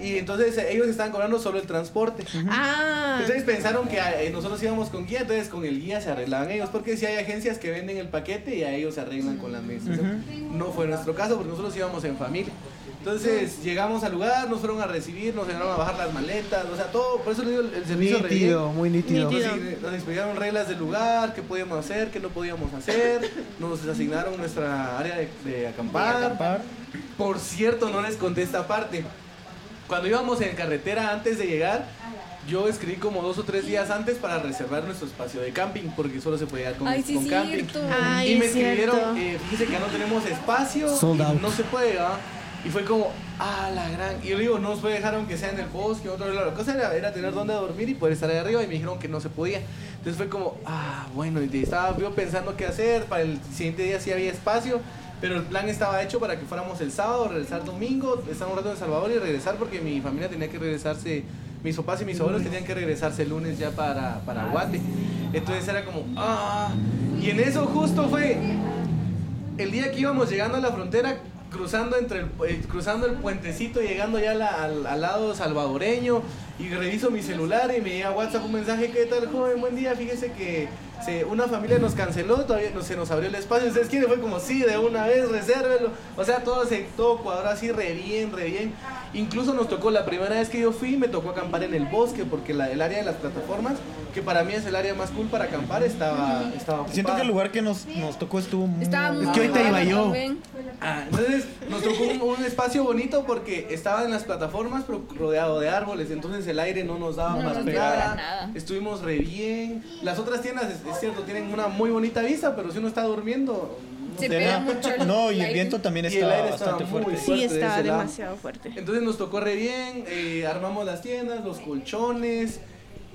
y entonces eh, ellos estaban cobrando solo el transporte. Ah. Entonces Pues pensaron que eh, nosotros íbamos con guía, entonces con el guía se arreglaban ellos, porque si hay agencias que venden el paquete y a ellos se arreglan con la administración. No fue nuestro caso, porque nosotros íbamos en familia. Entonces llegamos al lugar, nos fueron a recibir, nos llegaron a bajar las maletas, o sea, todo, por eso le digo el, el servicio re bien. Nítido, muy nítido. Nítido. Nos, nos explicaron reglas del lugar, qué podíamos hacer, qué no podíamos hacer. Nos asignaron nuestra área de, de acampar. Por cierto, no les conté esta parte. Cuando íbamos en carretera antes de llegar, yo escribí como dos o tres días antes para reservar nuestro espacio de camping, porque solo se podía llegar con, Ay, sí, con camping. cierto. Ay, y me es cierto. escribieron, eh, fíjense que ya no tenemos espacio, Sold y out. no se puede, ¿va? Y fue como, ah, la gran. Y yo le digo, no nos puede dejar aunque sea en el bosque, otro lado. La cosa era, era tener donde dormir y poder estar ahí arriba, y me dijeron que no se podía. Entonces fue como, ah, bueno, y estaba yo pensando qué hacer, para el siguiente día sí había espacio. Pero el plan estaba hecho para que fuéramos el sábado, regresar domingo, estar un rato en El Salvador y regresar porque mi familia tenía que regresarse, mis papás y mis abuelos tenían que regresarse el lunes ya para, para Guate. Entonces era como, ah, y en eso justo fue, el día que íbamos llegando a la frontera, cruzando, entre el, eh, cruzando el puentecito, llegando ya a la- al, al lado salvadoreño, y reviso mi celular y me llega a WhatsApp un mensaje, ¿qué tal, joven? Buen día, fíjese que se- una familia nos canceló, todavía no se nos abrió el espacio, ¿ustedes quieren? Fue como, sí, de una vez, resérvelo. O sea, todo se todo cuadró así, re bien, re bien. Incluso nos tocó, la primera vez que yo fui, me tocó acampar en el bosque, porque la- el área de las plataformas, que para mí es el área más cool para acampar, estaba, estaba Siento que ocupada. el lugar que nos, nos tocó estuvo muy... Estaba muy que ahorita bueno iba yo. también. Ah, entonces nos tocó un, un espacio bonito porque estaba en las plataformas pero rodeado de árboles, entonces el aire no nos daba No para nos nada. daba nada. Estuvimos re bien. Las otras tiendas, es, es cierto, tienen una muy bonita vista, pero si uno está durmiendo... no Se sé. pega mucho [LAUGHS] el No, y el aire. viento también Y el estaba aire estaba bastante muy fuerte. Sí, fuerte estaba ese lado. demasiado [LAUGHS] fuerte. Entonces nos tocó re bien, eh, armamos las tiendas, los colchones.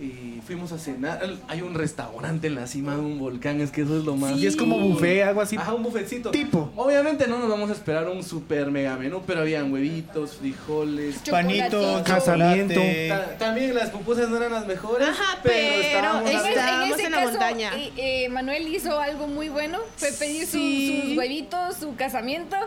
Y fuimos a cenar. Hay un restaurante en la cima de un volcán, es que eso es lo más. Y es como buffet, algo así. Ajá, un buffetcito. Tipo. Obviamente no nos vamos a esperar un super mega menú, pero habían huevitos, frijoles. Panitos, Chocolatito. Casamiento. chocolate. Ta- también las pupusas no eran las mejores, Ajá, pero, pero estábamos es- a- Pues, Estábamos ese en la montaña. eh, eh, Manuel hizo algo muy bueno, fue pedir su- Sí. sus huevitos, su casamiento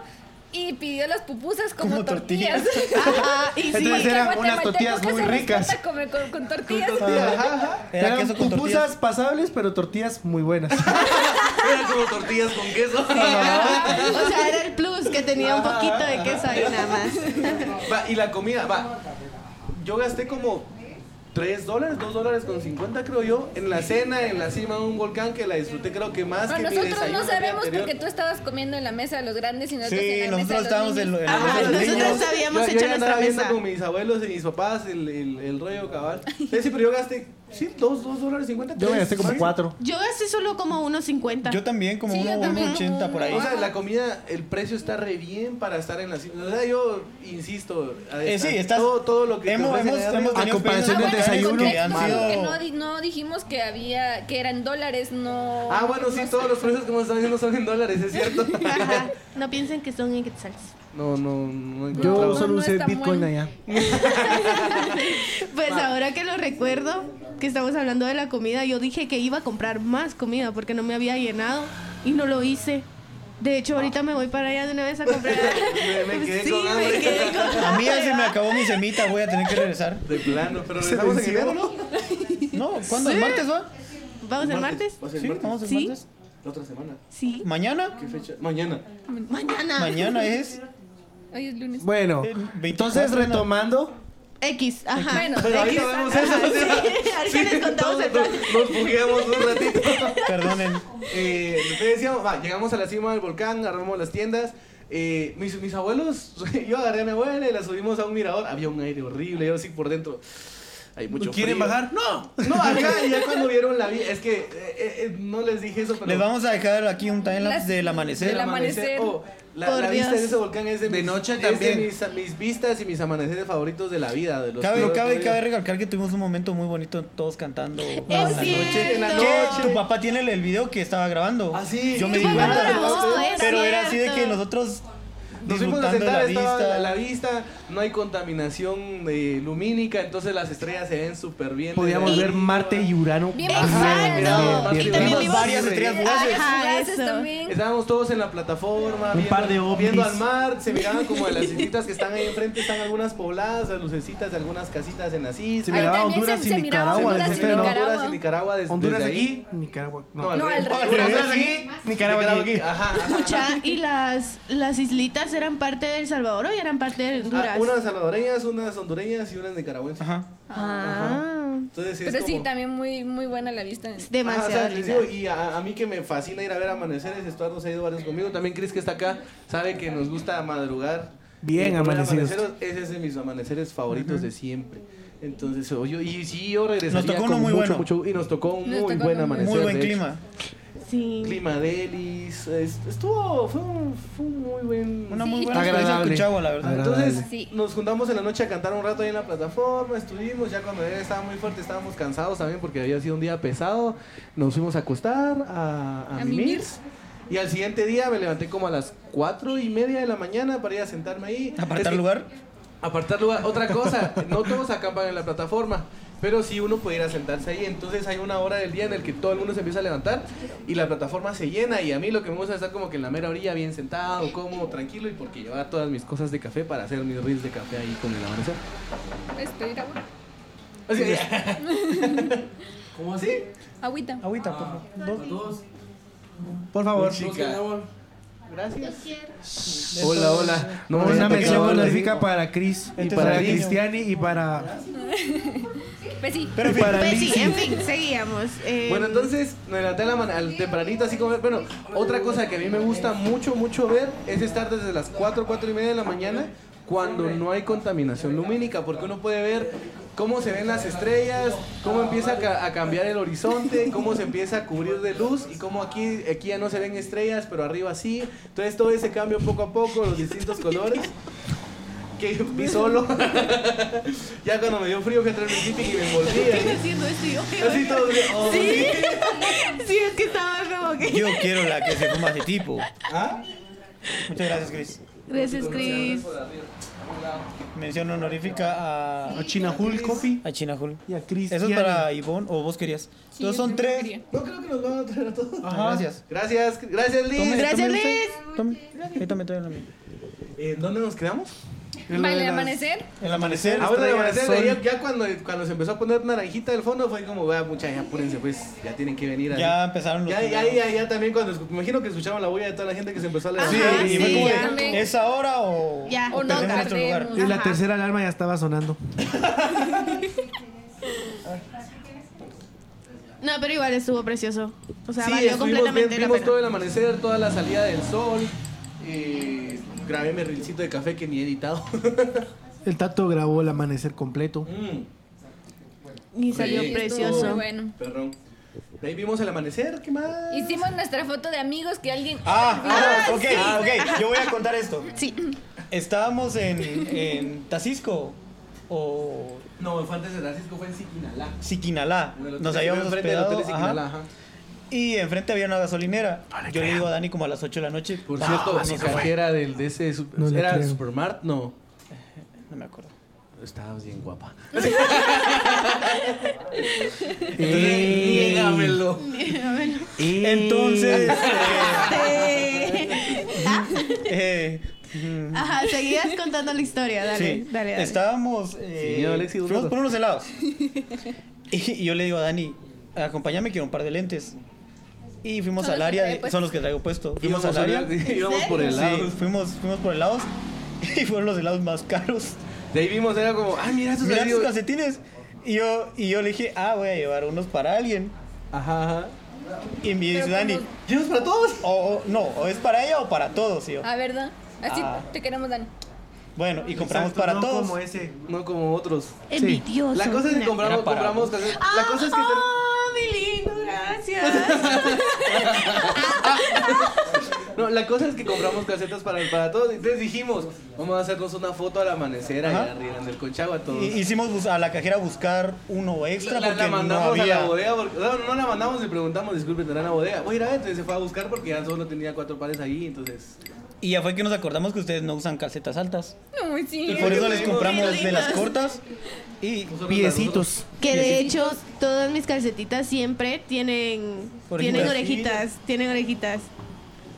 y pidió las pupusas como, Como tortillas. tortillas. [LAUGHS] Ajá, Ah, y sí. Entonces eran unas guatemalteco tortillas que muy se ricas. respeta comer con, con tortillas. Ajá, ajá. Era Eran queso con pupusas tortillas. pasables, pero tortillas muy buenas. Eran como tortillas con queso. Ajá. Ah, O sea, era el plus que tenía un poquito de queso ahí nada más. Va, y la comida, va. Yo gasté como 3 dólares, 2 dólares con 50, creo yo, en la cena, en la cima de un volcán que la disfruté, creo que más Pero que mi nosotros desayuno no del sabemos día porque anterior. tú estabas comiendo en la mesa de los grandes y nosotros Sí, en la nosotros mesa de los estábamos en niños. lo- en la Ajá, mesa de los nosotros niños. habíamos yo, hecho yo ya nuestra andaba viendo mesa. con mis abuelos y mis papás el, el, el rollo cabal. Sí, sí, pero yo gasté, sí, 2, 2 dólares 50. [LAUGHS] Yo me tres, gasté como ¿sabes? cuatro. Yo gasté solo como unos 50. Yo también, como Sí, yo uno también. 1,80 por ahí. O sea, la comida, el precio está re bien para estar en la cima. O sea, yo insisto, a- Eh, sí, a- estás- todo, todo lo que te hemos- ofrecen hemos- allá arriba. hemos A tenido comparación del experiencias desayuno. que han No, sido- porque no, di- no dijimos que había que eran dólares, no. Ah, bueno, sí, no sé. todos los precios que hemos estado diciendo son en dólares, es cierto. Ajá. No piensen que son en quetzales. No, no, no. he Yo encontrado. solo no usé está Bitcoin bueno. allá. Pues ahora que lo recuerdo, que estamos hablando de la comida, yo dije que iba a comprar más comida porque no me había llenado y no lo hice. De hecho, ahorita me voy para allá de una vez a comprar. Me- me quedé sí, con hambre. me quedé con [LAUGHS] hambre. A mí ya se me acabó mi semita, voy a tener que regresar. De plano, pero Se regresamos en venció. enero, ¿no? No, ¿cuándo? ¿El martes va? ¿Vamos el martes? O sea, el Sí, martes. vamos el Sí. martes. La otra semana. Sí. ¿Mañana? ¿Qué fecha? Mañana. Ah. Mañana. Mañana eh. es. Hoy es lunes. Bueno, Eh, 24, entonces ¿no? retomando, X, ajá. Bueno, Pero ahí X. no vemos Ajá, eso. sí. Ahorita les contamos el [LAUGHS] plan. Nos, nos fugueamos un ratito. [LAUGHS] Perdonen. Eh, lo que decíamos, va, llegamos a la cima del volcán, agarramos las tiendas. Eh, mis, mis abuelos, [LAUGHS] yo agarré a mi abuela y la subimos a un mirador. Había un aire horrible, yo así por dentro. Hay mucho ¿Quieren frío. bajar? ¡No! No, acá, y ya cuando vieron la vida. Es que eh, eh, no les dije eso, pero. Les vamos a dejar aquí un timelapse Las- del del del amanecer. amanecer. amanecer. Oh, la, Por la vista Dios. de ese volcán es de, De mis- noche es también. de mis, mis vistas y mis amaneceres favoritos de la vida. De los Cabe, que- cabe, cabe recalcar que tuvimos un momento muy bonito todos cantando. en la Es noche. cierto. en la Que tu papá tiene el, el video que estaba grabando. Ah, sí. Yo me Tu di papá cuenta. grabó, es pero era así de que cierto. nosotros Nos fuimos a disfrutando de sentar, la estaba vista. la, la vista, no hay contaminación eh, lumínica, entonces las estrellas se ven súper bien. podíamos desde ver ahí. Marte y Urano. Bien Exacto. Ajá, bien, Y bien, también bien. Vimos vimos varias estrellas fugaces. Ajá, Gracias eso. también. Estábamos todos en la plataforma, Un viendo, par de ovnis. viendo al mar, se miraban como de las islitas que están ahí enfrente, están algunas pobladas, las lucecitas de algunas casitas en las islas. Se Ahí miraba también Honduras se- y se miraba Nicaragua. Honduras desde y este, ¿no? Nicaragua. Honduras y Nicaragua desde, Honduras Pues, desde aquí, ahí. Nicaragua. No, No, No, al revés. Honduras aquí, Nicaragua aquí. Ajá. ajá. Escucha, y las, las islitas eran parte de El Salvador o ya eran parte de Honduras. Ah, unas salvadoreñas, unas hondureñas y unas nicaragüenses. Ajá. Ah, Entonces, sí es Pero sí, como- también muy, muy buena la vista. Ajá, o demasiado. sea, les linda. digo, y a, a mí que me fascina ir a ver amaneceres, Estuardo se ha ido varios conmigo, también Cris que está acá, sabe que nos gusta madrugar. Bien Y ver amanecidos. amaneceros, Ese es de mis amaneceres favoritos de siempre. Entonces, oh, yo, y sí, yo regresaría Nos tocó uno con muy mucho, bueno. mucho- y nos tocó un Nos muy tocó buen uno muy amanecer. Muy buen de hecho. clima. sí. Clima delis, es- estuvo, fue un, fue un muy buen... Una muy Sí. buena experiencia en Agradable. Cuchagua, la verdad. Agradable. Ah, Entonces Sí. nos juntamos en la noche a cantar un rato ahí en la plataforma, estuvimos, ya cuando ya estaba muy fuerte, estábamos cansados también porque había sido un día pesado, nos fuimos a acostar, a, a, A mimir. mimir. Y al siguiente día me levanté como a las cuatro y media de la mañana para ir a sentarme ahí. Es Apartar que- lugar. Apartar lugar. Otra cosa, no todos acampan en la plataforma, pero sí uno puede ir a sentarse ahí. Entonces hay una hora del día en el que todo el mundo se empieza a levantar y la plataforma se llena. Y a mí lo que me gusta es estar como que en la mera orilla, bien sentado, cómodo, tranquilo y porque llevaba todas mis cosas de café para hacer mis reels de café ahí con el amanecer. ¿Puedes pedir Así agua? [LAUGHS] que- ¿Cómo así? Agüita. Agüita, por favor. Por favor. Chica. Gracias. Hola, hola. No me había Una tocado mención hablar así. honorífica para Cris, y Este para cariño. Cristiani y para... Pues sí. Pero en y fin, para Pues sí, Lizzy. en fin, seguíamos. eh, Bueno, entonces me levanté a la man- al tempranito, así como. Bueno, otra cosa que a mí me gusta mucho, mucho ver es estar desde las 4, 4 y media de la mañana cuando no hay contaminación lumínica, porque uno puede ver cómo se ven las estrellas, cómo empieza a, ca- a cambiar el horizonte, cómo se empieza a cubrir de luz y cómo aquí, aquí ya no se ven estrellas, pero arriba sí. Entonces todo ese cambio poco a poco, los distintos colores. Que vi solo. [LAUGHS] ya cuando me dio frío fui a traer mi zipping y me envolví. ¿Qué así. haciendo esto? [LAUGHS] Yo, Así todo bien. Oh, Sí. [LAUGHS] sí, es que estaba como que. Yo quiero la que se coma ese tipo. ¿Ah? Muchas gracias, Chris. Gracias, Chris. Mención honorífica a, A Chinajul Coffee a Chinajul. y a Cris. Eso es para Ivonne o vos querías. Entonces son tres. No creo que nos van a traer a todos. Ajá. Gracias. Gracias, gracias Liz. Tome, Gracias, tome Liz. usted. Tome. Ahorita me traen la mía. ¿En Eh, dónde nos quedamos? El- Baile de las- amanecer. El amanecer. Ah, bueno, estrella, de amanecer, sol. ya, ya cuando, cuando se empezó a poner naranjita del fondo fue como, vea, mucha, ya apúrense, pues, ya tienen que venir. a- Ya empezaron los. ya, ya, primeros. ya, ya también cuando, escu- me imagino que escucharon la bulla de toda la gente que se empezó a levantar. Sí, Ajá, y fue sí, como de, ya también. ¿Es ahora o.? Ya. o O no perdemos nuestro lugar? perdemos. Y la Ajá. tercera alarma ya estaba sonando. No, pero igual estuvo precioso. O sea, sí, valió estuvimos bien, completamente la vimos pena. todo el amanecer, toda la salida del sol. eh, grabé mi rilcito de café que ni he [LAUGHS] editado. El Tato grabó el amanecer completo. Mm, Y salió Sí, Muy precioso. bueno. Perdón. De ahí vimos el amanecer, ¿qué más? Hicimos nuestra foto de amigos que alguien. Ah, ah, ok, sí. ah, ok. Yo voy a contar esto. Sí. Estábamos en, en Tacisco o No, fue antes de Francisco, fue en Siquinalá. Siquinalá. En el hotel- Nos habíamos enfrente del hotel hospedado. de Siquinalá, ajá. ajá. Y enfrente había una gasolinera. Yo le digo a Dani como a las 8 de la noche. Por "Ah, cierto, no mi se fue". cajera del de ese sup- No le era creo. Supermart, no. No me acuerdo. Estabas bien [LAUGHS] guapa. [LAUGHS] Ey. Niégamelo. [LAUGHS] [LAUGHS] Entonces, Sí. eh, [LAUGHS] mm, Ajá, seguías contando la historia. Dale, sí, dale, dale. estábamos. eh, Sin miedo, Alexis, un fuimos rato. por [LAUGHS] unos helados. y, y yo le digo a Dani, acompáñame, quiero un par de lentes. Y fuimos Son al los que área. trae de- puestos. son los que traigo puesto. Fuimos Íbamos al a- área. Íbamos por el lado. Sí, fuimos, fuimos por helados [LAUGHS] y fueron los helados más caros. De ahí vimos, era como, ah, mira esos Mira esos amigos. calcetines. Y yo, y yo le dije, ah, voy a llevar unos para alguien. Ajá, ajá. Y me dice Dani, ¿Llevas para todos? o, o- no, o es para ella o para todos. Y yo, Ah, ¿verdad? Así Ah. te queremos, Dani. bueno, y compramos Exacto, para no todos. como ese. No como otros. Envidioso. La cosa es que compramos, Era para compramos. Ah, La cosa es que. oh, mi lindo, [LAUGHS] gracias. ah. No, la cosa es que compramos casetas para, para todos. Entonces dijimos, vamos a hacernos una foto al amanecer Ajá. allá arriba en el Conchagua todos. Y- hicimos bus- a la cajera buscar uno extra la, la- porque la mandamos no a la había. bodega porque, no, no la mandamos y preguntamos, disculpe, ¿tendrán la bodega? Pues, Voy a ir a ver, entonces se fue a buscar porque ya solo tenía cuatro pares ahí, entonces. Y ya fue que nos acordamos que ustedes no usan calcetas altas. No, Y sí. por eso les Muy compramos de lindas. las cortas. Y nosotros- Piecitos. Que de hecho, todas mis calcetitas siempre tienen Orejitas. tienen orejitas. Tienen orejitas.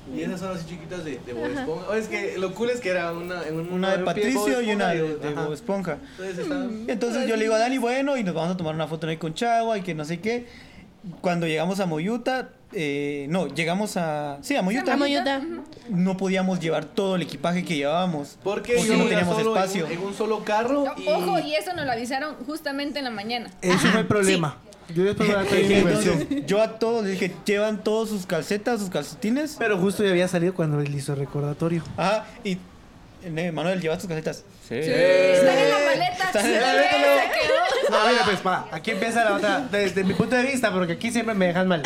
nosotros- Y esas son así chiquitas de, de Bob Esponja. Oh, es que lo cool es que era una, en un- una de un pie Patricio Bob y Esponja una de, de ajá. Bob Esponja. Entonces estaban- Y Entonces yo le digo a Dani, bueno, y nos vamos a tomar una foto ahí con Chagua y que no sé qué. Cuando llegamos a Moyuta, eh, no, llegamos a... Sí, a Moyuta. Amo Yuta. No podíamos llevar todo el equipaje que llevábamos. Porque, porque yo no iba teníamos solo en un- espacio. En un, solo carro. No, y- Ojo, y eso nos lo avisaron justamente en la mañana. Ese fue el problema. Yo después me voy a traer mi versión. [LAUGHS] Entonces, yo a todos les dije, llevan todos sus calcetas, sus calcetines. Pero justo ya había salido cuando él hizo [LAUGHS] recordatorio. Ajá, y... eh, Manuel, ¿llevas tus calcetas? Sí. Están en la maleta. Están en la Sí, maleta, se quedó. No, mira, pues, pa, aquí empieza la otra. Desde mi punto de vista, porque aquí siempre me dejan mal.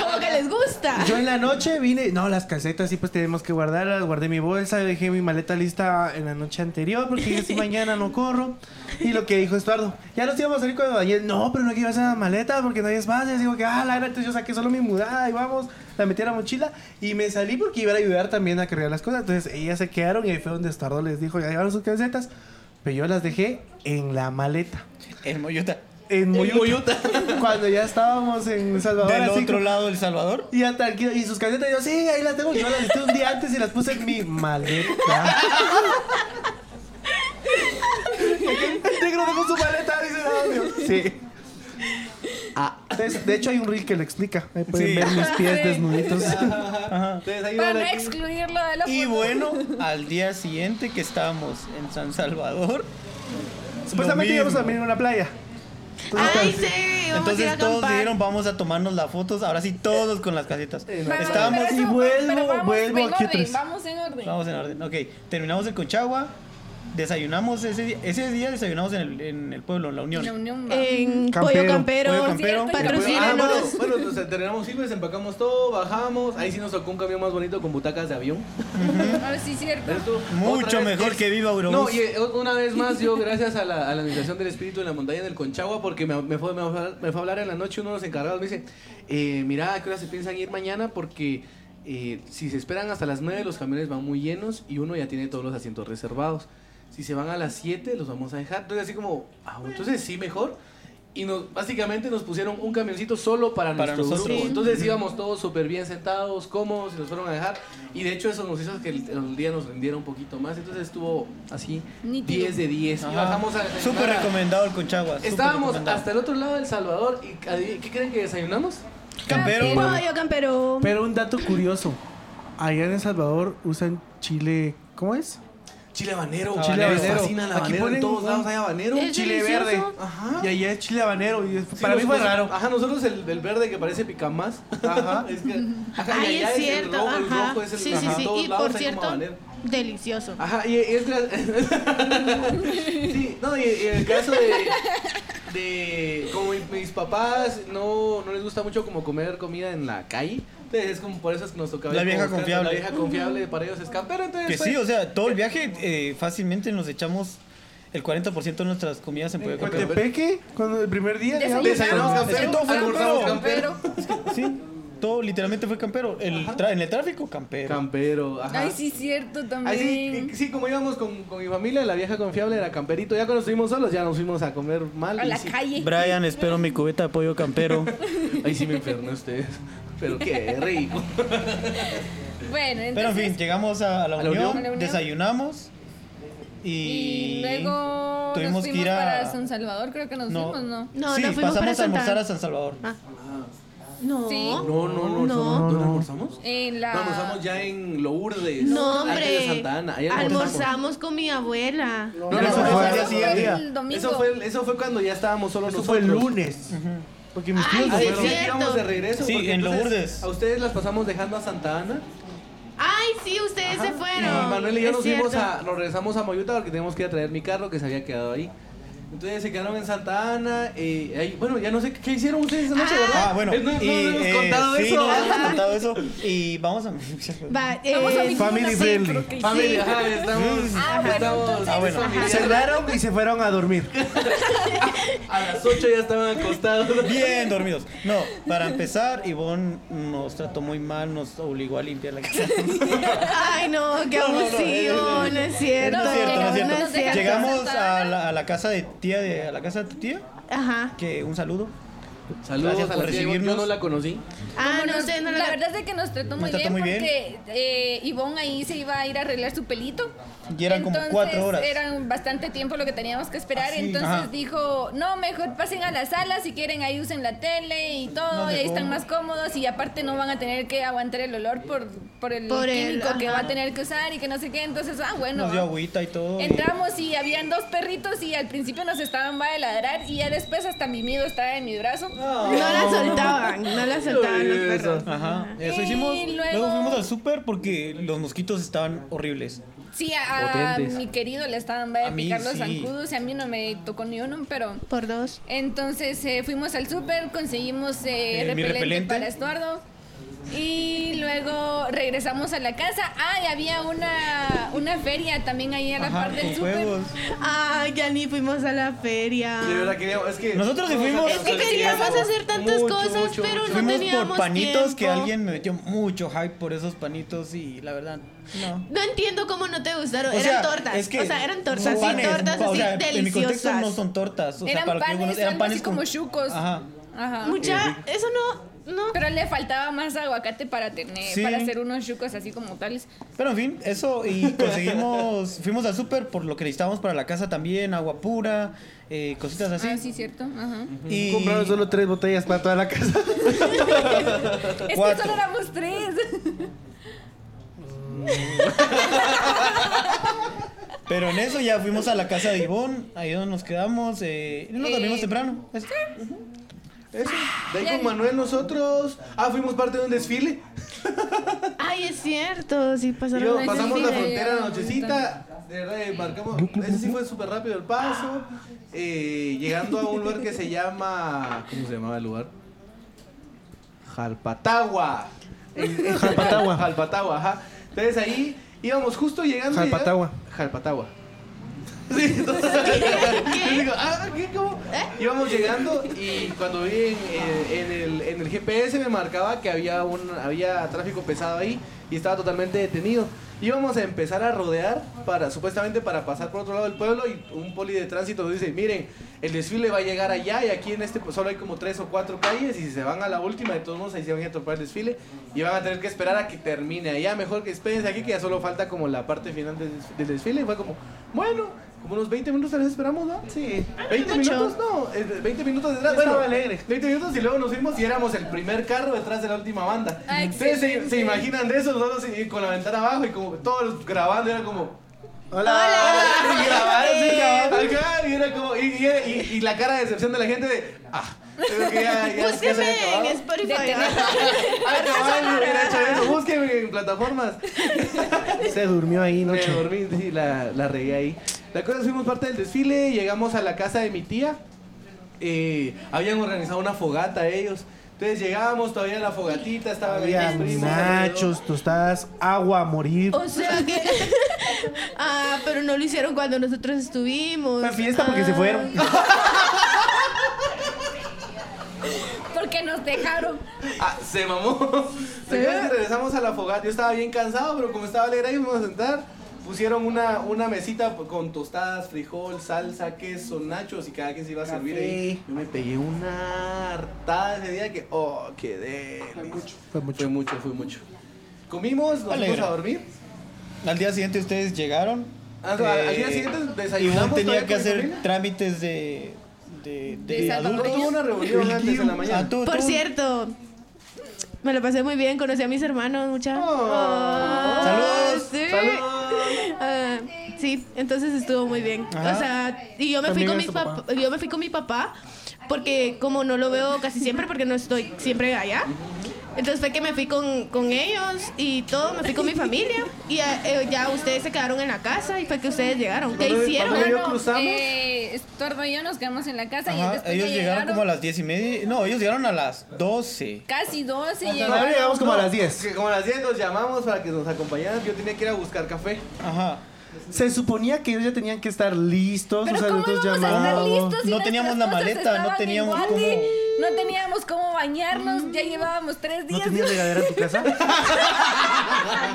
Como que les gusta. Yo en la noche vine, no, las calcetas sí, pues tenemos que guardarlas. Guardé mi bolsa, dejé mi maleta lista en la noche anterior, porque yo si mañana no corro. Y lo que dijo Estuardo, ya nos íbamos a salir con Daniel. No, pero no quiero hacer la maleta porque no hay espacio. Digo que, ah, la era, entonces yo saqué solo mi mudada y vamos, la metí a la mochila y me salí porque iba a ayudar también a cargar las cosas. Entonces ellas se quedaron y ahí fue donde Estuardo les dijo, ya llevaron sus calcetas. Pero yo las dejé en la maleta. [LAUGHS] En Moyuta. En Moyuta. Cuando ya estábamos en El Salvador. Del así otro como- lado, El Salvador. Y ya tranquilo. Y sus calcetas, yo, sí, ahí las tengo. Yo las listé un día antes y las puse en mi maleta. El negro dejó su maleta, dice Claudio. Sí. Ah. Entonces, de hecho, hay un reel que lo explica. Ahí pueden Sí. ver mis pies Sí. desnuditos. Entonces ahí Para van no aquí. excluirlo de la Y foto. bueno, al día siguiente que estábamos en San Salvador, Supuestamente Lo mismo. íbamos también a una playa. Ay, sí. Vamos a ir a entonces todos acampar. dijeron vamos a tomarnos las fotos, ahora sí todos con las casetas. Eh, Vamos, Estábamos pero y eso- vuelvo, pero vamos vuelvo en aquí orden, tres. Vamos en orden. Vamos en orden. Ok, terminamos el Conchagua, desayunamos ese día, ese día desayunamos en el, en el pueblo, en la Unión. La unión va. "Mm, En Campero. Pollo Campero. Pollo Campero. Ah, bueno, Patrocínanos. bueno, entonces terminamos, sí, pues empacamos todo, bajamos. Ahí sí nos tocó un camión más bonito con butacas de avión. Ahora sí, cierto. Esto, Mucho otra vez, mejor es- que viva Eurobús. No, y eh, una vez más, yo gracias a la, a la administración del espíritu en la montaña del Conchagua, porque me, me fue, me, fue a hablar- me fue a hablar en la noche uno de los encargados, me dice, eh, mira, ¿a qué hora se piensan ir mañana? Porque eh, si se esperan hasta las 9, los camiones van muy llenos y uno ya tiene todos los asientos reservados. Si se van a las 7, los vamos a dejar. Entonces así como, ah, entonces sí, mejor. y nos, básicamente nos pusieron un camioncito solo para, Para nuestro nosotros. grupo. Sí. Entonces íbamos todos súper bien sentados, cómodos, y nos fueron a dejar. Y de hecho eso nos hizo que el, el día nos rendiera un poquito más. Entonces estuvo así, Nítido. 10 de 10. Y Ajá. bajamos a desayunar Súper a- recomendado el Conchagua. súper Estábamos recomendado. hasta el otro lado del Salvador y adivin- ¿qué creen que desayunamos? pues, ah, Campero. Pollo campero. Pero un dato curioso. Allá en El Salvador usan chile. ¿Cómo es? Chile habanero. Habanero. Chile habanero. Habanero. Fascina el Aquí habanero en ponen todos un- lados hay habanero. Es chile delicioso. verde. Ajá. Y allá es chile habanero. Y es- Sí, para mí fue nosotros- raro. Ajá, nosotros el, el verde que parece pica más. Ajá. [LAUGHS] es que, ajá, y Ay, allá es el cierto. rojo, el ajá. rojo es el- sí, sí, ajá, sí. todos Y lados hay como por Ah. cierto, habanero. delicioso. Ajá, y es gra- [LAUGHS] Sí, no, y, y el caso de. de como mi- mis papás no, no les gusta mucho como comer comida en la calle. Entonces es como por eso es que nos tocaba. La ir vieja como buscar- confiable. La vieja confiable para ellos es campero. Entonces, Que pues, sí, o sea, todo el viaje eh, fácilmente nos echamos el 40% de nuestras comidas en Pollo Campero. Cotepeque, cuando el primer día. Desayunamos. Desayunamos Es que campero, todo fue almorzamos campero. campero. Sí, todo literalmente fue campero. El tra- en el tráfico, campero. Campero, ajá. Ay, sí, cierto Ahí también. sí, sí, como íbamos con, con mi familia, la vieja confiable era camperito. Ya cuando estuvimos solos, ya nos fuimos a comer mal. A y la sí, calle. Brian, espero mi cubeta de pollo campero. Ahí sí me enfermé ustedes. Pero qué [LAUGHS] rico. Bueno, Pero en entonces. fin, llegamos a, a la, A la unión, Unión. A la Unión. desayunamos y, y luego tuvimos nos que fuimos ir a- para San Salvador, creo que nos No. fuimos, ¿no? No, sí, no fuimos pasamos para a Santa. almorzar a San Salvador. Ah. No. Sí. No, no, no. No. ¿Dónde almorzamos? En No, la. almorzamos ya en Lourdes. No, antes de hombre. Santa Ana. Ahí almorzamos. Almorzamos con mi abuela. No, No, no, no, eso no, fue al día Eso siguiente. el domingo. Eso fue, eso fue cuando ya estábamos solos Eso fue nosotros. el lunes. Porque mis tíos Ay, se Ahí fueron. sí, aquí íbamos de Cierto. regreso. Sí, porque en entonces Lourdes. A ustedes las pasamos dejando a Santa Ana. Ay, sí, ustedes se fueron. Y Manuel y yo Es nos, fuimos cierto. a, nos regresamos a Moyuta porque teníamos que ir a traer mi carro que se había quedado ahí. Entonces se quedaron en Santa Ana. eh, ahí- bueno, ya no sé qué, qué hicieron ustedes esa noche, ¿verdad? Ah, bueno, Eh, no, no y, hemos eh, contado sí, eso. no hemos contado eso. Y vamos a. [LAUGHS] Va, Vamos a eh, mi Family tienda, sí, friendly. creo que sí. Familia, ajá, estamos. Ah, bueno, estamos entonces- Ah, bueno. familiares. Cerraron y se fueron a [LAUGHS] dormir. A las 8 ya estaban acostados. Bien dormidos. No, para empezar, Ivonne nos trató muy mal, nos obligó a limpiar la [LAUGHS] casa. Ay, no, qué No, no, no, abusivo, no, eh, es cierto. No es cierto, no es cierto. no es cierto. Llegamos a la, a la casa de tía de, a la casa de tu tía, Ajá. que un saludo. Saludos Gracias a por la tía, recibirnos. Yo no la conocí. Ah, Bueno, no sé, no la, lo verdad es de que nos trató muy Nos trató bien muy bien. porque eh, Ivonne ahí se iba a ir a arreglar su pelito. Y eran como Entonces, cuatro horas. Eran bastante tiempo lo que teníamos que esperar. Así, entonces ajá. dijo, no, mejor pasen a la sala si quieren, ahí usen la tele y todo, No, y ahí mejor. están más cómodos y aparte no van a tener que aguantar el olor por, por el Por el- químico que ajá. va a tener que usar y que no sé qué. Entonces, ah, bueno. Nos dio va. agüita y todo. y- Entramos y habían dos perritos y al principio nos estaban va a ladrar y ya después hasta mi miedo estaba en mi brazo. No la soltaban, no la soltaban los perros. Ajá. Eso Y hicimos. Luego, luego- fuimos al súper porque los mosquitos estaban horribles. Sí, a, a Potentes. mi querido le estaban va A a mí, picar los sí. zancudos y a mí no me tocó ni uno, pero Por dos. entonces eh, fuimos al súper, conseguimos eh, Eh, mi repelente, repelente. para Estuardo y luego regresamos a la casa. Ah, y había una, una feria también ahí a la Ajá, par del con súper. Pues juegos. Ay, ya ni fuimos a la feria. De verdad queríamos. Es que. Nosotros sí fuimos. Es que queríamos hacer tantas Mucho, cosas, mucho, pero mucho. no Fuimos teníamos por panitos que tiempo. alguien me metió mucho hype por esos panitos y la verdad, no. No entiendo cómo no te gustaron. O eran sea, tortas. es que o sea, eran tortas. son Sí, panes, tortas o así sea, En mi contexto deliciosas. no son tortas. O sea, Eran para lo que yo panes, conozco, algo así como chucos. Ajá. Ajá. Mucha, Eh, eso no, no. Pero le faltaba más aguacate para tener, Sí. para hacer unos yucos así como tales. Pero en fin, eso y conseguimos, fuimos al súper por lo que necesitábamos para la casa también, agua pura, eh, cositas así. Ah, sí, cierto. Ajá. Y Compraron solo tres botellas para toda la casa. Es que Cuatro. solo éramos tres. [LAUGHS] Pero en eso ya fuimos a la casa de Ivonne, ahí donde nos quedamos, eh, y nos Eh, dormimos temprano. Es- Eso. De ahí Ya. con Manuel nosotros. Ah, fuimos parte de un desfile. Ay, es cierto. Sí, Y pasaron. luego varias pasamos la cosas. frontera de nochecita. De verdad, eh, marcamos. Ese sí fue súper rápido el paso. eh, llegando a un lugar que se llama. ¿Cómo se llamaba el lugar? [LAUGHS] Jalpatagua. En- en Jalpatagua. Jalpatagua, ajá. Entonces ahí íbamos justo llegando. llega- Jalpatagua. Jalpatagua. Sí, entonces. yo digo, ah, ¿qué? ¿Cómo? Íbamos llegando y cuando vi en, eh, en- en el, en el GPS me marcaba que había un había tráfico pesado ahí y estaba totalmente detenido. íbamos a empezar a rodear para supuestamente para pasar por otro lado del pueblo y un poli de tránsito nos dice, miren, el desfile va a llegar allá y aquí en este pues, solo hay como tres o cuatro calles y si se van a la última de todos modos ahí se van a topar el desfile y van a tener que esperar a que termine allá, mejor que espérense aquí que ya solo falta como la parte final del, des- del desfile y fue como, bueno, como unos 20 minutos tal vez esperamos, ¿no? Sí. 20 mucho. minutos, no, es- 20 minutos detrás. Estaba Bueno, alegre. 20 minutos y luego nos fuimos y éramos el primer carro detrás de la última banda. Ah, Ustedes se, excelente. se imaginan de eso, nosotros y- con la ventana abajo y como todos grabando, era como. Hola. Hola. Y grabar, sí, grabar, acá, y era como. Y, y- y- y la cara de decepción de la gente de. Ah, creo que ya, ya- ya se Búsqueme había acabado. en Spotify. Detener. Ah, cabal, hubiera hecho eso, Búsquenme en plataformas. Se durmió ahí Me noche. dormí, sí, la, la regué ahí. La cosa es que fuimos parte del desfile, llegamos a la casa de mi tía. eh, habían organizado una fogata ellos. Entonces llegábamos todavía a la fogatita, estaban ahí Había mis primos, alrededor. nachos, tostadas, agua a morir. O sea que. [LAUGHS] ah, pero no lo hicieron cuando nosotros estuvimos. Fue fiesta porque se Ah. fueron. Porque nos dejaron. Ah, se [LAUGHS] mamó. La cosa es que regresamos a la fogata. Yo estaba bien cansado, pero como estaba alegre ahí, fuimos a sentar. Pusieron una, una mesita con tostadas, frijol, salsa, queso, nachos y cada quien se iba a servir ahí. Yo me pegué una hartada ese día que, oh, quedé. Fue mucho, Fue mucho. Fue mucho, fue mucho. Comimos, nos fuimos Alegre. a dormir. Al día siguiente ustedes llegaron. Ah, no, al- al día eh, siguiente Y desayunamos Juan tenía todavía con que mi hacer familia. trámites de, de, de De Yo adultos. salvadoreños. tuve una reunión antes de la mañana. Ah, tú- Por tú- cierto, me lo pasé muy bien. Conocí a mis hermanos, muchachos. Oh. Saludos, Sí. Salud. Ah, sí, entonces estuvo muy bien. Ajá. O sea, y yo me fui También con mi es tu papá, papá. yo me fui con mi papá porque como no lo veo casi siempre porque no estoy siempre allá. Entonces fue que me fui con, con ellos y todo, me fui con mi familia y ah, eh, ya ustedes se quedaron en la casa y fue que ustedes llegaron. ¿Qué Cuando- hicieron? [LAUGHS] cuando yo cruzamos. eh, Estorbo y yo nos quedamos en la casa y Ajá, después ellos ya llegaron como a las diez y media. No, ellos llegaron a las 12. Casi 12 [LAUGHS] Todavía llegaron. llegamos como a las 10. Que como a las 10 nos llamamos para que nos acompañaran. Yo tenía que ir a buscar café. Ajá. Se suponía que ellos ya tenían que estar listos, Pero o sea, ¿cómo nosotros íbamos a estar llamamos. listos si No teníamos la nuestras cosas maleta, no estaban en teníamos Guandi? cómo- No teníamos cómo bañarnos, ya llevábamos tres ¿No días. tenías regadera en tu casa?